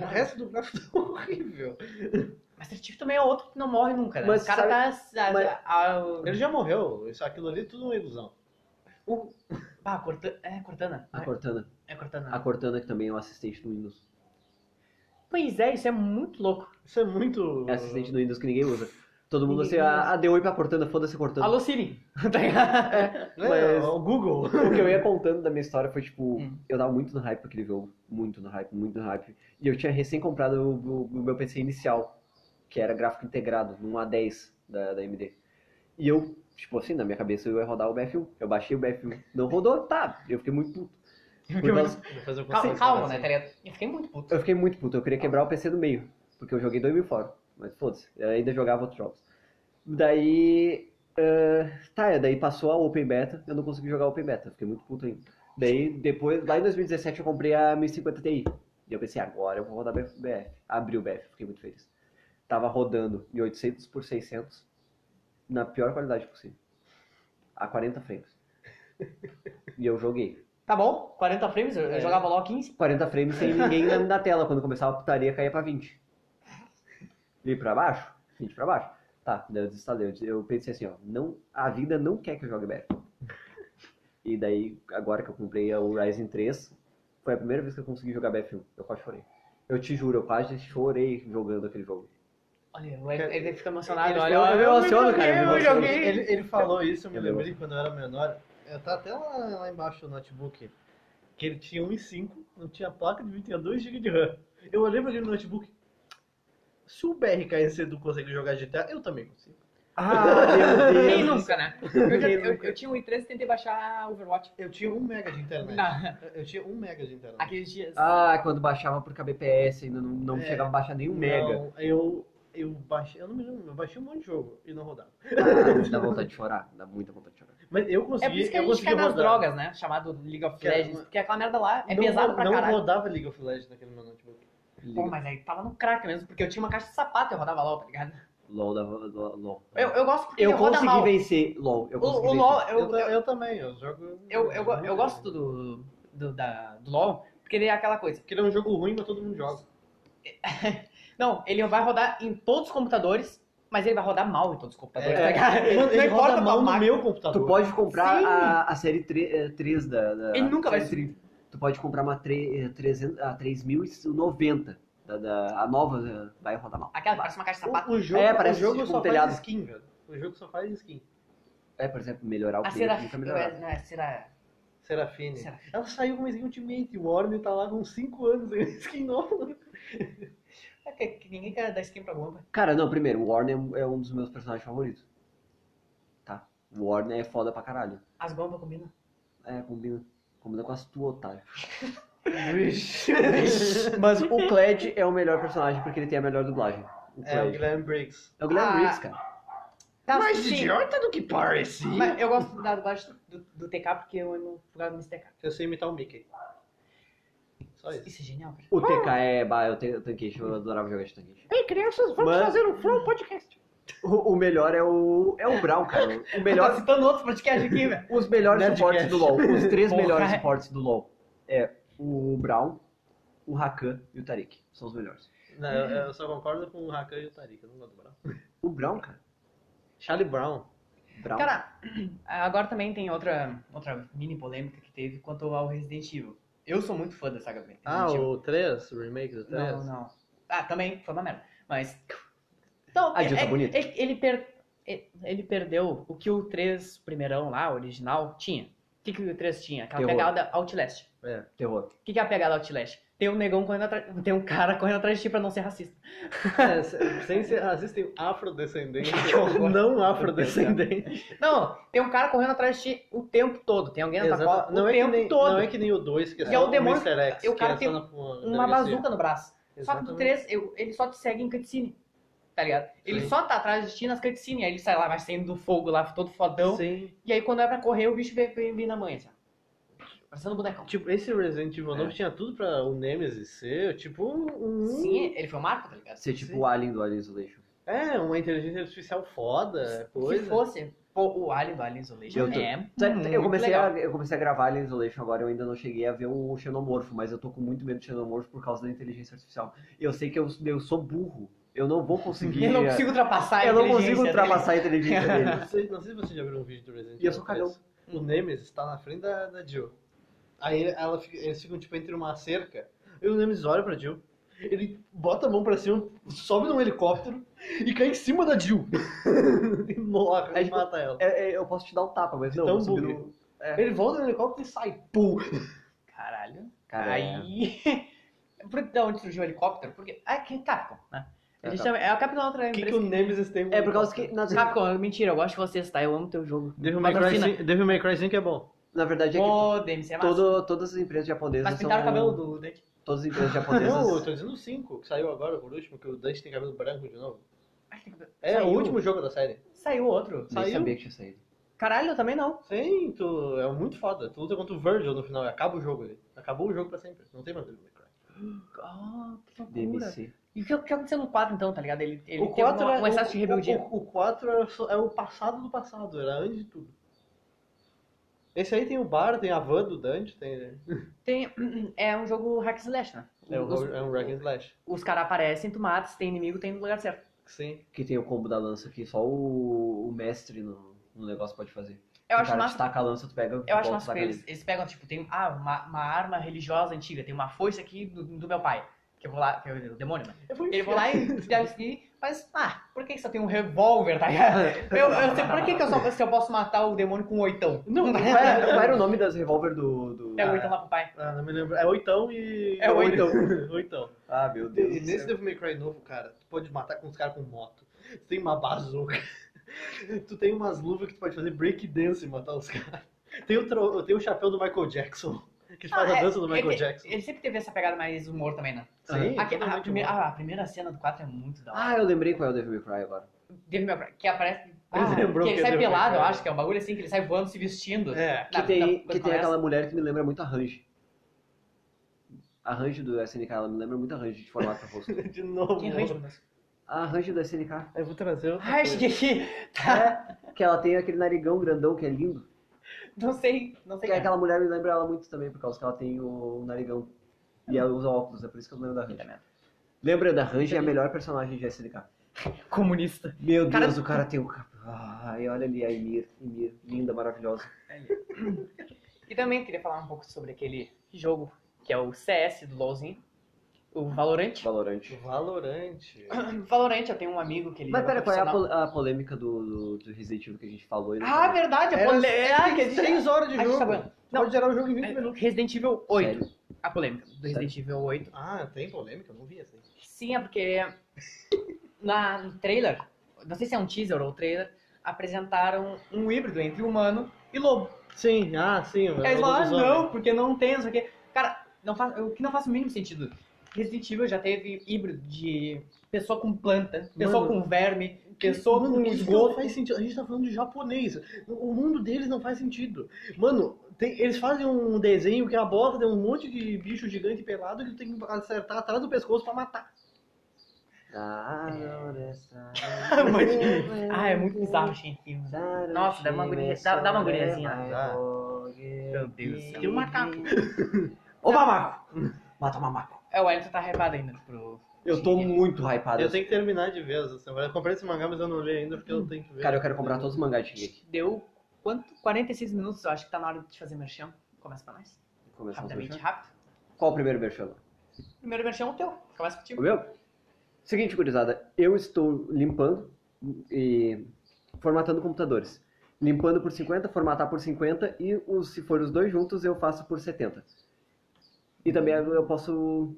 C: O resto do gráfico tá horrível.
A: Mas Master Chief também é outro que não morre nunca, né?
B: Mas
A: o cara
B: sabe-
A: tá... a-
B: mas-
A: a- o-
C: Ele já morreu. Isso, aquilo ali é tudo uma ilusão.
A: o- Ah, Corta- é Cortana.
B: A Cortana.
A: É Cortana.
B: A Cortana, que também é um assistente do Windows.
A: Pois é, isso é muito louco.
C: Isso é muito.
B: É assistente do Windows que ninguém usa. Todo mundo assim,
A: Ninguém usa.
B: ah, ah, deu oi pra Cortana, foda-se Cortana.
A: Alô, Siri. Tá ligado?
C: né,
B: mas-
C: O Google.
B: O que eu ia contando da minha história foi, tipo,
A: Hum.
B: eu tava muito no hype pra aquele jogo. Muito no hype, muito no hype. E eu tinha recém comprado o, o- o meu PC inicial, que era gráfico integrado, num A10 da, da AMD. E eu, tipo assim, na minha cabeça eu ia rodar o BF1. Eu baixei o BF1. Não rodou? Tá. Eu fiquei muito puto. Por causa-
C: Depois eu
A: Calma, calma,
C: consigo falar
A: né,
C: assim.
A: tá ligado? Eu fiquei muito puto.
B: Eu fiquei muito puto. Eu queria quebrar o PC no meio. Porque eu joguei 2000 fora. Mas foda-se. Eu ainda jogava outros jogos. Daí. ah, tá, daí passou a Open Beta. Eu não consegui jogar a Open Beta. Fiquei muito puto ainda. Daí, depois, lá em 2017, eu comprei a 1050 Ti. E eu pensei, agora eu vou rodar BF. Abri o BF, fiquei muito feliz. Tava rodando em 800 por 600 na pior qualidade possível. A 40 frames. E eu joguei.
A: Tá bom, 40 frames, eu, eu
C: É.
A: jogava LOL 15.
B: 40 frames sem ninguém na, na tela. Quando começava a putaria, caía pra 20. E pra baixo? 20 pra baixo. Tá, daí eu desinstalei. Eu- Eu pensei assim, ó. Não, a vida não quer que eu jogue BF. E daí, agora que eu comprei o Ryzen 3, foi a primeira vez que eu consegui jogar BF1. Eu quase chorei. Eu te juro, eu quase chorei jogando aquele jogo.
A: Olha, o Ed- ele fica emocionado.
C: Ele-
A: olha,
B: eu-
A: olha,
B: eu
A: olha,
B: emociono,
A: olha,
B: cara, eu me
A: Eu
B: emociono.
A: joguei.
B: é
C: Ele, ele falou isso, eu me
B: Eu lembro.
C: lembrei quando eu era menor. Eu tá até lá, lá embaixo do notebook. que ele tinha 1,5, não tinha placa de vídeo, tinha 2 GB de RAM. Eu olhei pra ele no notebook. Se o BRKS Edu consegue jogar GTA, eu também consigo.
B: Ah, meu Deus.
A: Quem nunca, né? Eu, já- eu- eu tinha um i3 e tentei baixar Overwatch.
C: Eu tinha 1 mega de internet.
A: Na,
C: Eu tinha 1 mega de internet.
A: aqueles dias.
B: Ah, quando baixava por KBPS, ainda não, não
C: É.
B: chegava a baixar nenhum
C: Não,
B: Um mega.
C: Eu, eu baixei, eu não me lembro, eu baixei um monte de jogo e não rodava.
B: Ah, dá vontade de chorar, dá muita vontade de chorar.
C: Mas eu consegui,
A: É por isso que a
C: eu
A: gente
C: consegui
A: cai nas
C: rodar.
A: drogas, né? Chamado League of
C: Cara,
A: Legends.
C: mas-
A: Porque aquela merda lá é
C: não,
A: pesado pra
C: não
A: caralho.
C: rodava League of Legends naquele meu notebook.
A: Pô, mas aí tava no crack mesmo, porque eu tinha uma caixa de sapato e eu rodava LOL, tá ligado?
B: LOL, dava- LOL. LOL.
A: Eu, eu gosto porque
B: Eu
A: roda
B: consegui
A: mal.
B: vencer LOL. Eu
A: O,
B: consegui
A: o
B: vencer.
A: LOL, é-
C: Eu,
A: eu,
C: ta- eu também, eu jogo.
A: eu, eu, eu gosto do, do, da, do LOL, porque ele é aquela coisa.
C: Porque ele é um jogo ruim, mas todo mundo joga.
A: Não, ele vai rodar em todos os computadores, mas ele vai rodar mal em todos os computadores, tá
C: É,
A: ligado?
C: Mano, ele
A: não importa
C: roda
A: qual
C: mal no
A: máquina.
C: meu computador.
B: Tu pode comprar
A: Sim.
B: a, a série 3, da, da.
A: Ele nunca vai
B: série 30. Tu pode comprar uma tre- eh, 300 a 3090. Da, da- a nova eh, vai rodar mal.
A: Aquela que parece uma caixa de sapato.
C: O, o jogo,
B: É, parece
C: o jogo
B: tipo um
C: só
B: telhado.
C: faz skin, velho. O jogo só faz skin.
B: É, por exemplo, melhorar o
A: A
B: clima,
A: Serafine.
B: fica melhorado.
A: Não, é Serafine.
C: Serafine. Ela saiu com uma skin Ultimate. O Orne tá lá com 5 anos ganhando skin nova.
A: É que, que ninguém quer dar skin pra bomba.
B: Cara, não, primeiro, o Warner é um- é um dos meus personagens favoritos. Tá? O Warner é foda pra caralho.
A: As bombas combinam.
B: É, combina. Combina com as tuas, otário.
C: Vixe. É,
B: Mas o Cled é o melhor personagem porque ele tem a melhor dublagem. O
C: É, o
B: Cled.
C: Guilherme Briggs.
B: É o Guilherme
A: Ah.
B: Briggs, cara.
A: Tá, sim.
C: do que parecia.
A: Mas eu gosto da dublagem do, do TK porque eu amo por causa do Mr. TK.
C: Eu sei imitar o Mickey. Só isso.
A: Isso é genial, cara.
B: O TK é. Bah, eu tenho tanqueixe, eu adorava jogar de tanqueixe.
A: Ei, crianças,
B: vamos Mas- fazer
A: um Flow Podcast.
B: O, o melhor é o é o Brown, cara. O
A: Melhor
B: melhor,
A: citando outros podcasts aqui, velho.
B: os melhores suportes
C: Nerdcast.
B: do LoL, os três
A: Porra,
B: melhores
A: é.
B: suportes do LoL é o Brown, o Rakan e o Tariq. São os melhores.
C: Não, eu, eu só concordo com o Rakan e o Tariq. Eu não gosto do Brown.
B: O Brown, cara.
C: Charlie Brown.
B: Brown.
A: Cara, agora também tem outra, outra mini polêmica que teve quanto ao Resident Evil. Eu sou muito fã da saga Resident Evil.
C: 3? Ah, O remake do
A: Não, não. Ah, também foi uma merda. Mas. Então,
B: A Jill tá
A: é- é-
B: bonita.
A: Ele, ele per- ele- ele perdeu o que o 3 primeirão lá, original, tinha. O que, que o 3 tinha? Aquela
B: Terror.
A: pegada Outlast.
C: É.
B: Terror.
A: O que, que é a pegada Outlast? Tem um negão correndo atrás. Tem um cara correndo atrás de ti pra não ser racista.
C: É, se- sem ser racista, tem afrodescendente ou não afrodescendente.
A: Não, tem um cara correndo atrás de ti o tempo todo. Tem alguém na tua
C: Exato.
A: cola
C: Não
A: o
C: é, que
A: tempo
C: nem,
A: todo.
C: não é que nem o 2, que é
A: Que é
C: só
A: o demônio
C: Mr. X,
A: que- o
C: que
A: cara
C: é
A: tem
C: só na- na
A: uma
C: delegacia.
A: bazuca no braço. Só que
C: Exatamente.
A: o 3, eu- ele só te segue em cutscene. Tá ligado? Ele
C: Sim.
A: só tá atrás de ti nas cutscenes. Aí ele sai lá, vai saindo do fogo lá, todo fodão.
C: Sim.
A: E aí quando é pra correr, o bicho vem, vem, vem na mãe, assim. ó. Parecendo um bonecão.
C: Tipo, esse Resident Evil
B: É.
C: novo tinha tudo pra o Nemesis ser, tipo, um...
A: Sim, ele foi o Marco, tá ligado?
B: Ser tipo o Alien do Alien Isolation.
A: Hum,
C: É, uma inteligência artificial foda, coisa.
A: Se fosse pô, o Alien do Alien Isolation,
B: Eu tô-
A: é
B: Sabe, eu,
A: muito
B: comecei
A: legal.
B: a, eu comecei a gravar Alien Isolation agora, eu ainda não cheguei a ver o Xenomorfo, mas eu tô com muito medo do Xenomorfo por causa da inteligência artificial. Eu sei que eu, eu sou burro, eu não vou conseguir...
A: Eu não consigo ultrapassar a
B: eu não
A: inteligência
B: consigo
A: dele.
B: ultrapassar a inteligência dele.
C: Não sei, não sei se você já viu um vídeo do Resident
B: É. E eu
C: Evil
B: sou cagão.
C: 3. O Nemesis tá na frente da, da Jill. Aí ela fica- eles ficam, tipo, entre uma cerca. E o Nemesis olha pra Jill. Ele bota a mão pra cima, sobe num helicóptero e cai em cima da Jill. e morre,
B: É,
C: e
B: tipo,
C: mata ela.
B: É, é, eu posso te dar um tapa, mas não,
C: Então,
B: eu vou subir
C: bugre.
B: no- é.
C: Ele volta no helicóptero e sai. Pum!
A: Caralho.
B: Cara,
A: Aí. Por da onde surgiu o helicóptero? Porque. Ah, que é Capcom, né?
B: É
A: Eles
B: Capcom.
A: chamam- É a Capcom é outra
C: O que,
A: empresa
C: que o Nemesis tem com
B: É por causa
C: helicóptero?
B: que, na,
A: Capcom, mentira, eu gosto de vocês, tá? Eu amo teu jogo.
C: Devil May, Cry
A: Patrocina.
C: 5, Devil May Cry 5 é bom.
B: na verdade é que
A: Ô, DMC é massa.
B: todo, todas as empresas japonesas
A: Mas
B: são...
A: pintaram o né? cabelo do Dante.
B: Todas as empresas
C: Não, eu
B: japonesas...
C: tô dizendo o 5, que saiu agora por último, que o Dante tem cabelo branco de novo.
A: Ai, tem cabelo-
C: É
A: Saiu?
C: o último jogo da série.
A: Saiu outro.
B: Nem
C: Saiu?
B: sabia que tinha saído.
A: Caralho, eu também não.
C: Sim, tu é muito foda. Tu luta contra o Virgil no final, e acaba o jogo ali. Acabou o jogo pra sempre. Não tem mais Devil May Cry.
A: Ah, que loucura.
B: DMC.
A: E o que, o que aconteceu no 4 então, tá ligado? Ele, ele teve uma-
C: é-
A: um excesso de rebeldia.
C: O, o 4 era só- é o passado do passado, era antes de tudo. Esse aí tem o bar, tem a van do Dante, tem. né?
A: Tem, é um jogo hack and slash, né?
C: É,
A: os
C: o, é um Dragon Slash.
A: os caras aparecem, tu mata, se tem inimigo, tem no lugar certo.
C: Sim.
B: Que tem o combo da lança que só o, o mestre no, no negócio pode fazer.
A: Eu
B: o
A: acho
B: cara
A: massa.
B: te taca a lança, tu pega
A: Eu acho
B: volta,
A: massa
B: taca
A: que eles,
B: nele.
A: eles pegam, tipo, tem ah, uma, uma arma religiosa antiga, tem uma foice aqui do, do meu pai. Que eu vou lá, que é o demônio, né?
C: Eu vou
A: Ele vai lá e deve seguir, Mas, ah, por que que só tem um revólver, tá ligado? Eu, eu sei, por que que eu só se eu posso matar o demônio com um oitão? Não,
B: Qual era, qual era o nome das revólver do. do-
A: É o oitão lá pro pai.
C: Ah, não me lembro. É oitão e.
A: É oitão.
C: oitão.
B: Ah, meu
C: E
B: Deus. do
C: nesse
B: céu.
C: Devil May Cry novo, cara, tu pode matar com os caras com moto. Tu tem uma bazuca. Tu tem umas luvas que tu pode fazer break dance e matar os caras. Tem o, tro... tem o chapéu do Michael Jackson. Que faz
A: Ah,
C: a
A: é-
C: dança do Michael
A: ele,
C: Jackson.
A: Ele sempre teve essa pegada mais humor também, né?
C: Sim,
A: Aqui- a,
C: totalmente
A: prime-
C: humor.
A: ah, a primeira cena do 4 é muito da hora.
B: Ah, eu lembrei qual é o Devil May Cry agora.
A: Devil May Cry, que aparece. Ah,
C: Ele lembrou
A: que ele
C: que
A: sai
C: ele lembrou,
A: pelado, eu
C: cara.
A: acho que é um bagulho assim, que ele sai voando, se vestindo.
C: É.
B: Que
A: Na-
B: tem,
A: na-
B: que tem
A: começa.
B: aquela mulher que me lembra muito a Range. A Range do SNK, ela me lembra muito a Range de formato rosto.
C: De novo. né?
A: Que arranjo, meu Deus.
B: A Range do SNK,
C: Eu vou trazer outra
A: Ah,
C: coisa.
A: Shigeki! tá,
B: que ela tem aquele narigão grandão que é lindo.
A: Não sei, não sei. é.
B: Que é
A: cara.
B: aquela mulher me lembra ela muito também, por causa que ela tem o narigão. E ela usa óculos, é por isso que eu lembro da Range. Lembra da Range é a melhor personagem de SNK.
A: Comunista.
B: Meu
A: Cara-
B: Deus, o cara tem o cap. Ai, olha ali a Emir, Emir, linda, maravilhosa.
A: E também queria falar um pouco sobre aquele jogo que é o CS do LoLzinho, o Valorant.
B: Valorante.
A: Uhum.
C: Valorante.
A: Valorant, eu tenho um amigo que ele.
B: Mas
A: joga
B: pera, qual é a,
A: profissional.
B: pol- a polêmica do, do, do Resident Evil que a gente falou? e não
A: Ah,
B: falou?
A: verdade, a
C: Era
A: polêmica. é
C: seis- seis horas de
A: a gente
C: jogo.
A: tá-
C: Não. Pode gerar o jogo em 20 minutos.
A: Resident Evil 8.
B: Sério?
A: A polêmica do Resident Evil 8.
C: Ah, tem polêmica? Eu não vi essa. aí.
A: Sim, é porque na, no trailer, não sei se é um teaser ou trailer, apresentaram um híbrido entre humano e lobo.
C: Sim, ah, sim.
A: Aí eles
C: o
A: falaram,
C: lobisomem.
A: ah, não, porque não tem, não sei o quê. Cara, não faz, o que não faz o mínimo sentido. Resident Evil já teve híbrido de pessoa com planta, pessoa
C: Mano,
A: com verme,
C: Que-
A: pessoa
C: mano,
A: com
C: que isso
A: esgoto.
C: Não faz sentido. A gente tá falando de japonês. O mundo deles não faz sentido. Mano, tem- eles fazem um desenho que a bola tem um monte de bicho gigante pelado que tu tem que acertar atrás do pescoço pra matar.
B: né,
A: Ah, é muito bizarro, gente. Nossa, dá uma agonia- dá- dá uma agoniazinha.
C: Dá.
B: Meu
A: Deus do céu. Tem um macaco.
B: Ô, mamaco! Mata o mamaco.
A: É, o Wellington tá hypado ainda pro...
B: Eu tô muito hypado. assim.
C: Eu tenho que terminar de ver essa semana. Eu comprei esse mangá, mas eu não li ainda porque eu tenho que ver.
B: Cara, eu quero comprar todos os mangás de Shingeki.
A: Deu quanto? 46 minutos, eu acho que tá na hora de fazer merchan. Começa pra nós.
B: Começamos
A: Rapidamente,
B: hoje.
A: rápido.
B: Qual o primeiro merchan?
A: Primeiro merchan é o teu. Começa
B: O
A: contigo.
B: meu? Seguinte, gurizada, eu estou limpando e formatando computadores. Limpando por 50, formatar por 50 e os, se for os dois juntos eu faço por 70. E também eu posso.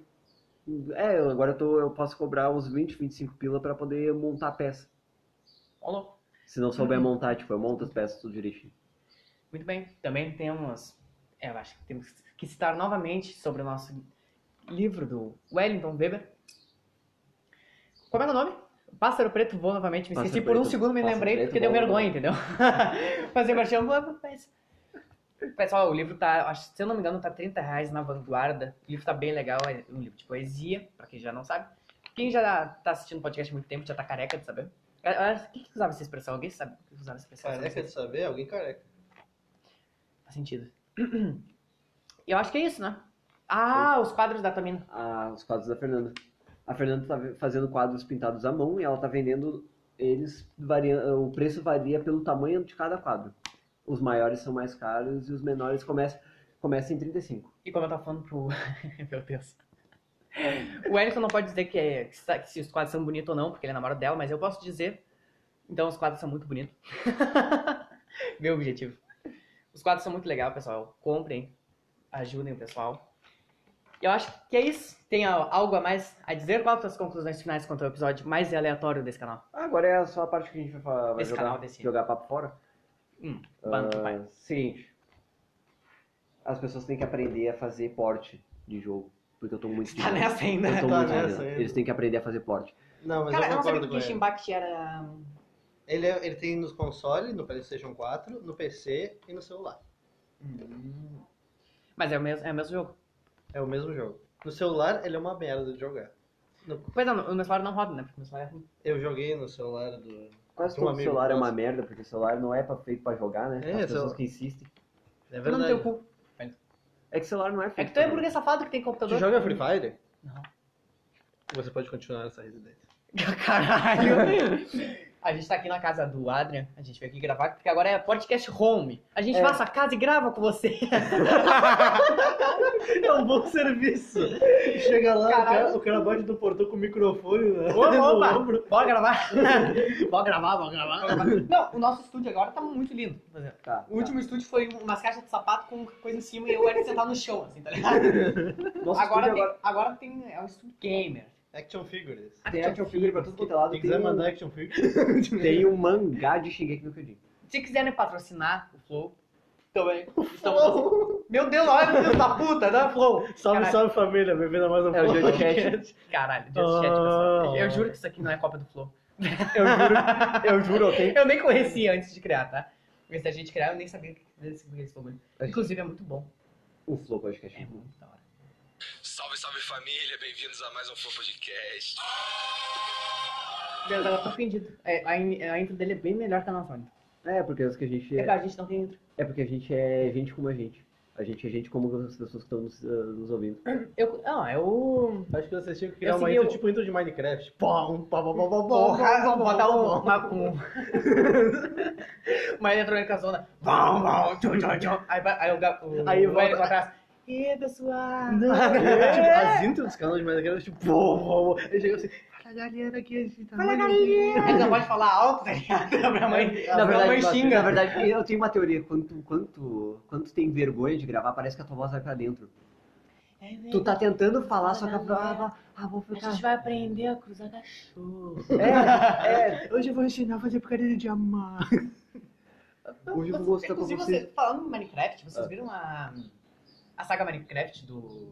B: É, eu- agora eu, tô, eu posso cobrar uns 20, 25 pila para poder montar a peça.
A: Ó, louco.
B: Se não souber montar, tipo, eu monto as peças tudo direitinho.
A: Muito bem. Também temos. é, eu acho que temos que citar novamente sobre o nosso livro do Wellington Weber. Como é que é o nome? Pássaro Preto Voa Novamente. Me
B: Pássaro
A: esqueci por um
B: Preto-
A: segundo, me
B: Pássaro
A: lembrei,
B: Preto
A: porque deu
B: Voa
A: vergonha, entendeu? Fazer merchan, mas... Pessoal, o livro tá, acho- se eu não me engano, tá 30 reais na vanguarda. O livro tá bem legal, é um livro de poesia, pra quem já não sabe. Quem já tá assistindo o podcast há muito tempo já tá careca de saber. Ah, ah, Quem que usava essa expressão? Alguém sabe que usava essa expressão?
C: Careca de saber? Alguém careca.
A: Faz sentido. E eu acho que é isso, né? Ah, os quadros da Tamina.
B: Ah, os quadros da Fernanda. A Fernanda tá ve- fazendo quadros pintados à mão e ela tá vendendo eles varia, o preço varia pelo tamanho de cada quadro. Os maiores são mais caros e os menores começam começam em 35.
A: E como eu tava falando pro. Meu Deus. O Wellington não pode dizer que, é- que sa- que se os quadros são bonitos ou não, porque ele é namorado dela, mas eu posso dizer. Então os quadros são muito bonitos. Meu objetivo. Os quadros são muito legais, pessoal. Comprem, ajudem o pessoal. E eu acho que é isso. Tem al- algo a mais a dizer? Qual as suas conclusões finais quanto ao episódio mais aleatório desse canal?
B: Agora é só a parte que a gente vai, fa- vai
A: Esse
B: jogar,
A: canal decide.
B: jogar papo fora.
A: Hum, banco,
B: Ah,
A: vai.
B: Seguinte. As pessoas têm que aprender a fazer porte de jogo. Porque eu tô muito.
A: Tá nessa ainda.
B: Eu tô
C: Tá
B: muito
C: nessa
B: enganado.
C: ainda.
B: Eles têm que aprender a fazer porte.
C: Não, mas
A: Cara, eu
C: eu
A: não sabia
C: concordo
A: que o
C: com ele.
A: Shimbaki era.
C: Ele, é- ele tem nos consoles, no PlayStation 4, no PC e no celular.
A: Mas é o mesmo, é o mesmo jogo.
C: É o mesmo jogo. No celular, ele é uma merda de jogar.
A: Pois é, o meu celular não roda, né? Porque o meu celular é ruim.
C: Eu joguei no celular do.
B: Quase
C: De um
B: todo
C: amigo
B: celular é uma
C: nosso.
B: merda, porque o celular não é pra- feito pra jogar, né?
C: É,
B: As pessoas
C: celular-
B: que insistem.
C: É
A: Tu não tem o
C: verdade.
A: cu.
B: É que celular não é
A: É
B: feito.
A: que tu é
B: pra
A: burguês safado que tem
C: Tu
A: computador.
C: joga Free Fire?
A: Não.
C: Você pode continuar essa residência.
A: Caralho. A gente tá aqui na casa do Adrian, a gente veio aqui gravar, porque agora é podcast home. A gente passa a casa e grava com você.
C: É um bom serviço. Chega lá, o
A: Caralho.
C: cara, o cara bate no portão com o microfone né?
A: Opa,
C: no
A: opa,
C: ombro.
A: bora gravar.
C: Bora gravar, bora gravar.
A: Não, o nosso estúdio agora tá muito lindo. por exemplo.
B: Tá,
A: O último estúdio foi umas caixas de sapato com coisa em cima e eu era sentado no chão, assim, tá ligado?
B: tá. Nosso
A: Agora
B: estúdio
A: tem, agora tem. É um estúdio gamer.
C: Action figures.
B: tem
A: um
B: action figure pra tudo quanto é lado.
C: Quem
B: Tem
C: quiser
B: um,
C: mandar action figures.
B: tem um mangá de Shingeki no Kyojin.
A: Se quiserem patrocinar o Flow, também. Estamos... Meu Deus, olha, meu Deus da puta, não é Flow?
C: um- Salve,
A: Caralho.
C: salve família, bem-vindo a mais um
A: É o Jojo
C: podcast.
A: Chat. Caralho, Jojo Chat, pessoal.
C: Ah.
A: Eu juro que isso aqui não é Copa do Flow.
B: Eu juro, eu juro, eu tenho.
A: Eu nem conhecia antes de criar, tá? Antes da gente criar, eu nem sabia desse esse bagulho.
B: É.
A: Inclusive, é muito bom.
B: O Flow Podcast.
A: É muito da hora.
E: Salve, salve família, bem-vindos a mais um Flow Podcast.
A: Meu Deus, eu tô ofendido. É, a, in- a intro dele é bem melhor que a nossa. né?
B: É, porque acho que a gente.
A: É que a gente não tem intro.
B: É porque a gente é gente como a gente. A gente é gente como as pessoas que estão nos, ah, nos ouvindo.
A: Eu, ah, é não, eu...
C: Acho que vocês tinham que criar
A: Eu
C: uma
A: segui
C: intro
A: o-
C: tipo intro de Minecraft. Pum, pá, pá, pá, pá, pá,
A: Porra,
C: pá,
A: vamos
C: pá,
A: botar
C: pá,
A: um...
C: pá.
A: Uma, um... uma eletrônica zona. Vão, vão, tchau, tchau, tchau. Aí, vai- aí o, ga- o,
C: Aí
A: o
C: volta.
A: Hélio pra trás. E pessoal?
C: É, tipo, as intros dos canais de Minecraft, tipo, pum, pum, pum. Aí chega assim, fala galera aqui, a gente tá
A: Fala,
C: muito
A: galera! Aí não pode falar alto, tá ligado? Minha mãe,
C: É, Na
A: minha mãe
B: na-
A: xinga.
B: na verdade, eu tenho uma teoria. Quando tu, quando, tu, quando tu tem vergonha de gravar, parece que a tua voz vai pra dentro. Tu tá tentando falar, só que a ah, ah, vou
A: É A
B: ficar.
A: gente vai aprender a cruzar cachorro.
B: É, é.
C: Hoje eu vou ensinar a fazer porcaria de amar.
B: Hoje eu vou mostrar pra
A: Inclusive,
B: vocês.
A: você, falando em Minecraft,
C: Ah.
A: vocês viram a, a saga Minecraft do...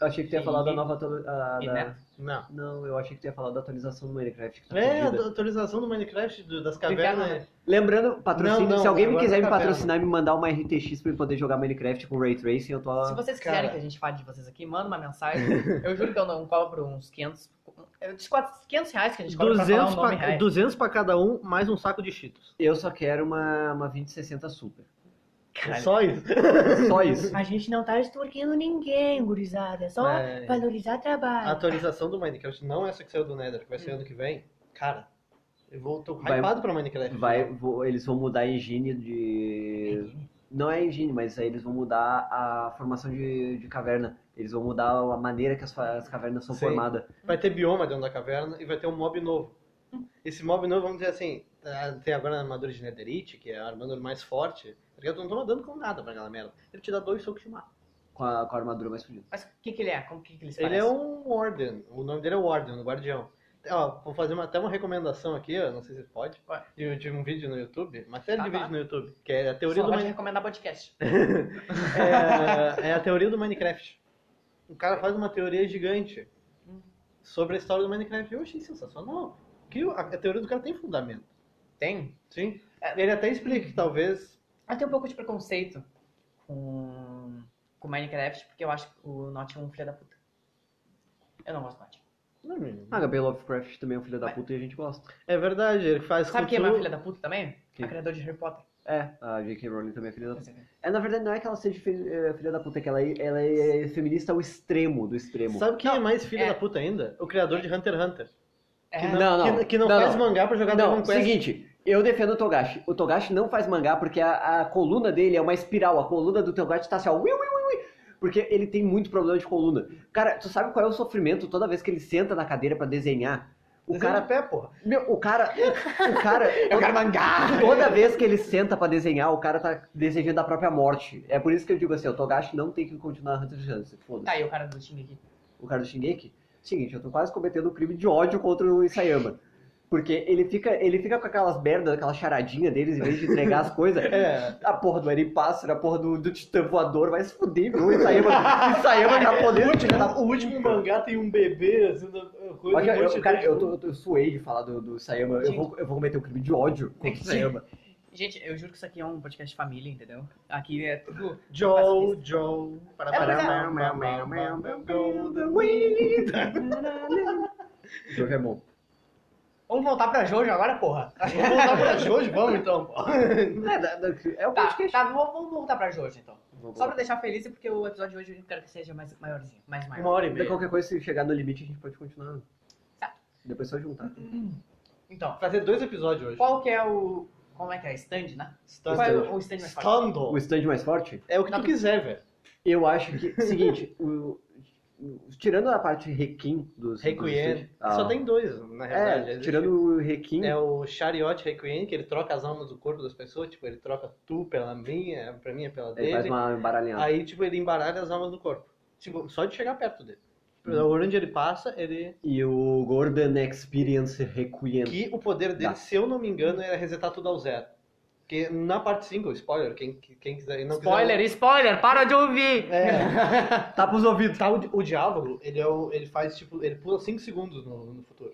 B: Eu achei que tu ia falar da nova. atu- ah,
A: E,
B: da-
A: né?
C: Não.
B: Não, eu achei que tu ia falar da atualização do Minecraft que tá
C: É, a
B: perdida.
C: atualização do Minecraft, do- das
A: Inferno,
C: cavernas.
A: né?
B: Lembrando, patrocínio,
C: Não, não,
B: se alguém me
C: agora
B: quiser me
C: tá vendo.
B: patrocinar e me mandar uma RTX pra eu poder jogar Minecraft com Ray Tracing, eu tô...
A: Se vocês quiserem
C: Ah, Cara.
A: que a gente fale de vocês aqui, manda uma mensagem. Eu juro que eu não cobro uns é, 500... Eu disse 400, 500 reais que a gente cobra pra falar
C: 200
A: um nome
C: pra,
A: real.
C: 200 pra cada um, mais um saco de cheetos.
B: Eu só quero uma, uma 2060 Super.
C: É só isso.
B: Só isso.
A: A gente não tá extorquindo ninguém, gurizada. É só
C: É.
A: valorizar
C: A
A: trabalho.
C: atualização do Minecraft não é essa que saiu do Nether, que vai ser ano que vem. Cara, eu vou, tô
B: Vai-
C: hypado pra Minecraft.
B: Vai, vou- eles vão mudar a engine de... Não é a engine, mas aí eles vão mudar a formação de, de caverna. Eles vão mudar a maneira que as, fa- as cavernas são
C: Sim.
B: formadas.
C: Vai ter bioma dentro da caverna e vai ter um mob novo. Esse mob novo, vamos dizer assim, tá- tem agora a armadura de Netherite, que é a armadura mais forte. Porque eu não tô mandando com nada pra aquela merda. Ele te dá dois socos de mata.
B: Com a, com a armadura mais fodida.
A: Mas o que que ele é? Como que que ele se
C: Ele
A: parece?
C: é um Warden. O nome dele é Warden, o Guardião. Ó, vou fazer uma- até uma recomendação aqui, ó, não sei se pode,
A: Vai.
C: de, de um vídeo no YouTube, uma série
A: Tá,
C: de
A: tá.
C: vídeos no YouTube, que é a
A: Só
C: teoria do
A: pode
C: Minecraft.
A: recomendar podcast.
C: É, é a teoria do Minecraft. O cara faz uma teoria gigante sobre a história do Minecraft. Eu achei sensacional. Que a, a teoria do cara tem fundamento.
A: Tem?
C: Sim.
A: É.
C: Ele até explica que talvez.
A: Eu tenho um pouco de preconceito com, com Minecraft, porque eu acho que o Notch é um filho da puta. Eu não gosto do Notch.
C: Não, menino.
B: Ah, Gabriel Lovecraft também é um filho da puta e a gente gosta.
C: É verdade, ele faz
A: Sabe quem é mais filha da puta também?
B: Quem?
A: A criadora de Harry Potter.
B: É, a J.K. Rowling também é filha da puta. É, na verdade, não é que ela seja fi- eh, filha da puta, é que ela, é- ela é feminista ao extremo do extremo.
C: Sabe quem é mais filho
A: é.
C: da puta ainda? O criador de Hunter x Hunter.
A: É,
B: não-
C: que, que não,
B: não,
C: faz
B: não.
C: mangá pra jogar
B: Não,
C: Dragon Quest.
B: seguinte, eu defendo o Togashi. O Togashi não faz mangá porque a, a coluna dele é uma espiral. A coluna do Togashi tá assim, ó, ui, ui, ui, ui, porque ele tem muito problema de coluna. Cara, tu sabe qual é o sofrimento toda vez que ele senta na cadeira pra desenhar? O
C: Desenha
B: cara,
C: de pé, porra.
B: meu, o cara, o cara,
A: Eu quero mangá!
B: toda vez que ele senta pra desenhar, o cara tá desejando a própria morte. É por isso que eu digo assim, o Togashi não tem que continuar Hunter x Hunter, foda-se.
A: Tá aí o cara do time aqui.
B: o cara do Shingeki, seguinte, eu tô quase cometendo um crime de ódio contra o Isayama. Porque ele fica, ele fica com aquelas merdas, aquela charadinha deles, em vez de entregar as coisas.
C: É.
B: A porra do Eri Pássaro, a porra do, do Titã Voador, vai se fuder, viu? Isayama, Isayama japonês, filha da
C: O último mangá tem um bebê, assim, da coisa.
B: Olha,
C: um monte
B: eu,
C: de
B: cara,
C: coisa.
B: eu, tô, eu, tô- eu suei de falar do, do Isayama. Eu vou, eu vou cometer um crime de ódio contra o Isayama.
A: Gente, eu juro que isso aqui é um podcast de família, entendeu? Aqui é tudo.
C: Joe, Joe, para
A: É, mas é-
B: Jogo é bom.
A: Vamos voltar pra Jojo agora, porra?
C: Vamos voltar pra Jojo, vamos então. pô.
B: É, da- da- é o
A: Tá,
B: podcast.
A: tá, vamos vamos voltar pra Jojo então.
B: Vou-
A: Só pra deixar feliz, é porque o episódio de hoje eu quero que seja mais maiorzinho, mais maior.
C: Uma hora e
B: Daí
C: meia.
B: qualquer coisa, se chegar no limite, a gente pode continuar.
A: Tá.
B: Depois só juntar.
A: Então,
C: Vai ter dois episódios hoje.
A: qual que é o. Como é que é? Stand, né?
C: Stand.
A: Qual é o o stand mais forte?
B: O
C: Stando.
B: stand mais forte?
C: É o que tu quiser, velho.
B: Eu acho que. Seguinte, o- o- tirando a parte requin dos. dos
C: Requiem.
B: estúdios- Ah.
C: Só tem dois, na realidade.
B: É,
C: Existe-
B: tirando o requin.
C: É o Chariot Requiem, que ele troca as almas do corpo das pessoas, tipo, ele troca tu pela minha, pra minha pela
B: Ele faz
C: dele.
B: uma embaralhada.
C: Aí, tipo, ele embaralha as almas do corpo. Tipo, só de chegar perto dele.
B: Uhum.
C: Por onde ele passa, ele.
B: E o Gordon Experience Requiem.
C: Que o poder dele,
B: Dá.
C: se eu não me engano, era resetar tudo ao zero. Porque na parte 5, spoiler, quem, quem quiser. e Não quiser-
A: Spoiler, spoiler, para de ouvir!
C: É.
B: Tá pros ouvidos.
C: Tá, o, di- o diálogo, ele, é o- ele faz, tipo, ele pula 5 segundos no, no futuro.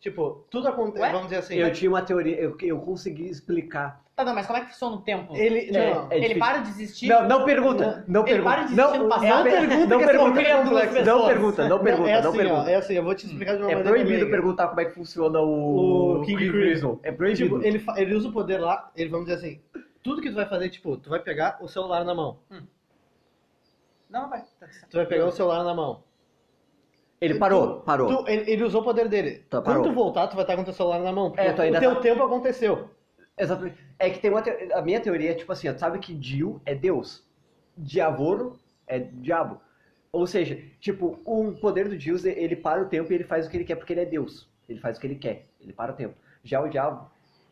C: Tipo, tudo acontece.
A: Ué?
C: Vamos dizer assim.
B: Eu tinha uma teoria, eu, eu consegui explicar.
A: Tá, não, mas como é que funciona o tempo?
C: Ele.
A: Tipo,
C: não,
B: é
A: ele
B: difícil.
A: para de existir.
B: Não, não pergunta. Não
A: Ele
B: pergunta.
A: para de
B: não,
A: existir no
B: é uma
A: passado.
B: pergunta, não
A: que
B: pergunta.
A: são
C: um
A: duas
B: Não
A: pessoas.
B: pergunta, não pergunta,
C: é assim,
B: não
C: ó,
B: pergunta.
C: é assim, eu vou te explicar de uma
B: É
C: maneira
B: proibido
C: leiga.
B: perguntar como é que funciona
C: O
B: o,
C: King
B: King
C: Crimson.
B: Crimson. É
C: Tipo,
B: proibido.
C: ele, fa- ele usa o poder lá, ele vamos dizer assim, tudo que tu vai fazer, tipo, tu vai pegar o celular na mão.
A: Não, vai. tá certo.
C: Tu vai pegar o celular na mão.
B: Ele parou, parou.
C: Tu- ele, ele usou o poder dele.
B: Tá,
C: Quando
B: parou.
C: tu voltar, tu vai estar com o teu celular na mão. Porque
B: É, tu ainda
C: o teu
B: tá-
C: tempo aconteceu.
B: Exatamente. É que tem uma teoria, a minha teoria é tipo assim, ó, tu sabe que Dio é Deus, Diavoro é diabo. Ou seja, tipo, o poder do Dio, ele para o tempo e ele faz o que ele quer porque ele é Deus. Ele faz o que ele quer, ele para o tempo. Já o diabo,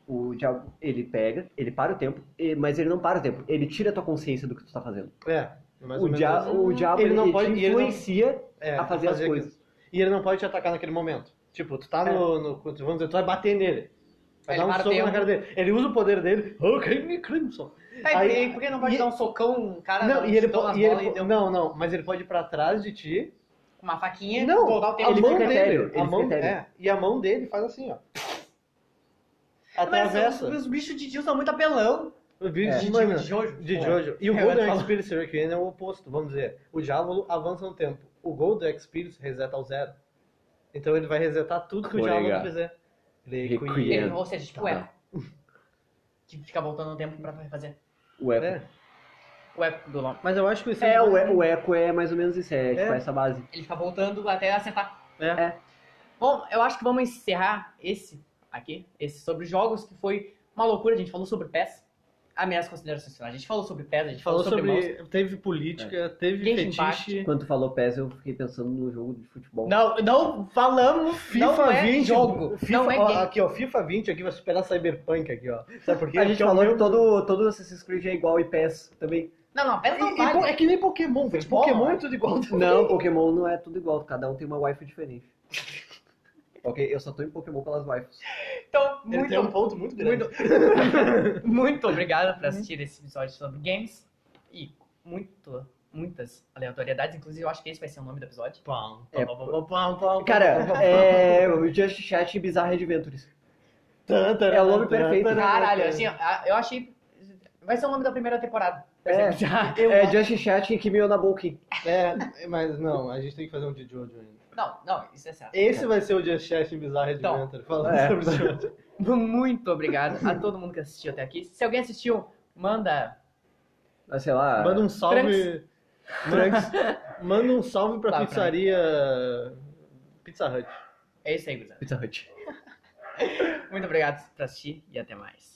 B: o diabo, ele pega, ele para o tempo, e- mas ele não para o tempo. Ele tira a tua consciência do que tu tá fazendo.
C: É, mais
B: O,
C: ou menos
B: dia-
C: isso.
B: o diabo,
C: Ele
B: ele,
C: não pode-
B: te
C: e ele não-
B: influencia
C: É,
B: a fazer, as
C: aquilo.
B: coisas.
C: E ele não pode te atacar naquele momento. Tipo, tu tá
B: É.
C: no, no- Vamos dizer, tu vai bater nele. Vai
A: Ele
C: dar um
A: para o
C: soco na
A: tempo.
C: cara dele. Ele usa o poder dele. Oh, Ok, me Crimson.
A: É,
C: Aí-
A: e por que não pode
C: e-
A: dar um socão, um cara?
C: Não,
A: dá um
C: e ele,
A: chutão
C: po-
A: nas
C: e ele
A: bolas
C: po-
A: deu
C: Não, não, mas ele pode ir pra trás de ti.
A: uma faquinha e
C: Não,
A: voltar o tempo
C: a
B: ele
C: mão
B: fica
C: dele.
B: etéreo,
C: a
B: ele
C: mão,
B: fica etéreo.
C: é, e a mão dele faz assim, ó.
A: Mas os,
C: Atravessa.
A: os bichos de Jill são muito apelão.
C: O bicho
B: É.
C: de,
A: Jill,
C: mano,
A: de Jojo.
C: de
A: É.
C: Jojo. E o
A: É, vai
C: Golden
A: falar.
C: Experience Requiem é o oposto, vamos dizer. O Diablo avança no tempo. O Golden Experience reseta ao zero. Então ele vai resetar tudo que o
B: Colega.
C: Diablo fizer. Ele
B: Requiem.
C: cuida.
A: Ele- ou seja,
C: Tá.
A: tipo o eco. Que fica voltando o tempo pra fazer.
B: O eco.
C: É.
A: O eco do LOL.
C: Mas eu acho que isso
B: É, o, e- o eco é mais ou menos isso, é, tipo
C: É.
B: essa base.
A: Ele fica voltando até acertar.
C: É.
A: Bom, eu acho que vamos encerrar esse aqui, esse sobre jogos, que foi uma loucura. A gente falou sobre PES. Ah, minhas considerações finais. A gente falou sobre PES, a gente falou,
C: Falou
A: sobre, mouse.
C: sobre. Teve política,
A: É.
C: teve
A: Genshin
C: fetiche.
B: Quando tu falou PES, eu fiquei pensando no jogo de futebol.
A: Não, não falamos. não é jogo.
C: FIFA,
A: não é
C: ó,
A: game.
C: Aqui, ó, FIFA 20 aqui vai superar Cyberpunk aqui, ó. Sabe por quê?
B: A gente um
C: Porque é o
B: falou
C: meu-
B: que todo, todo Assassin's Creed é igual e PES também.
A: Não, um não, PES
C: E-
A: não
C: e
A: vale.
C: po- é que nem Pokémon, velho.
A: Futebol,
C: Pokémon
A: né?
C: é tudo igual. também.
B: Não, Pokémon não é tudo igual, cada um tem uma wife diferente. ok, eu só tô em Pokémon pelas wifes.
A: Então,
C: Ele
A: muito,
C: tem um ponto muito grande.
A: muito, muito obrigado por assistir esse episódio sobre games. E muito, muitas aleatoriedades. Inclusive, eu acho que esse vai ser o nome do episódio.
C: Pão,
B: É,
C: pão, pão, pão, pão,
B: Cara, é. o Just Chat e Bizarre Adventures.
C: Tan, tan,
B: é o nome
C: tan,
B: perfeito.
C: tan, tan,
A: Caralho,
C: tan.
A: assim, ó, eu achei. Vai ser o nome da primeira temporada.
B: É,
A: Eu-
B: é Just Chat e Kimi Onaboki.
C: É, mas não, a gente tem que fazer um de Jojo ainda.
A: Não, não, isso é certo.
C: Esse vai ser o Just Chat Bizarre
A: Então.
C: Adventure, falando
B: É.
C: sobre Jojo.
A: Muito obrigado a todo mundo que assistiu até aqui. Se alguém assistiu, manda.
B: Ah, sei lá.
C: Manda um salve... Manda- Manda um salve pra
A: Lá, pra
C: pizzaria... Pizza Hut.
A: É isso aí, gurizada.
B: Pizza Hut.
A: Muito obrigado por assistir e até mais.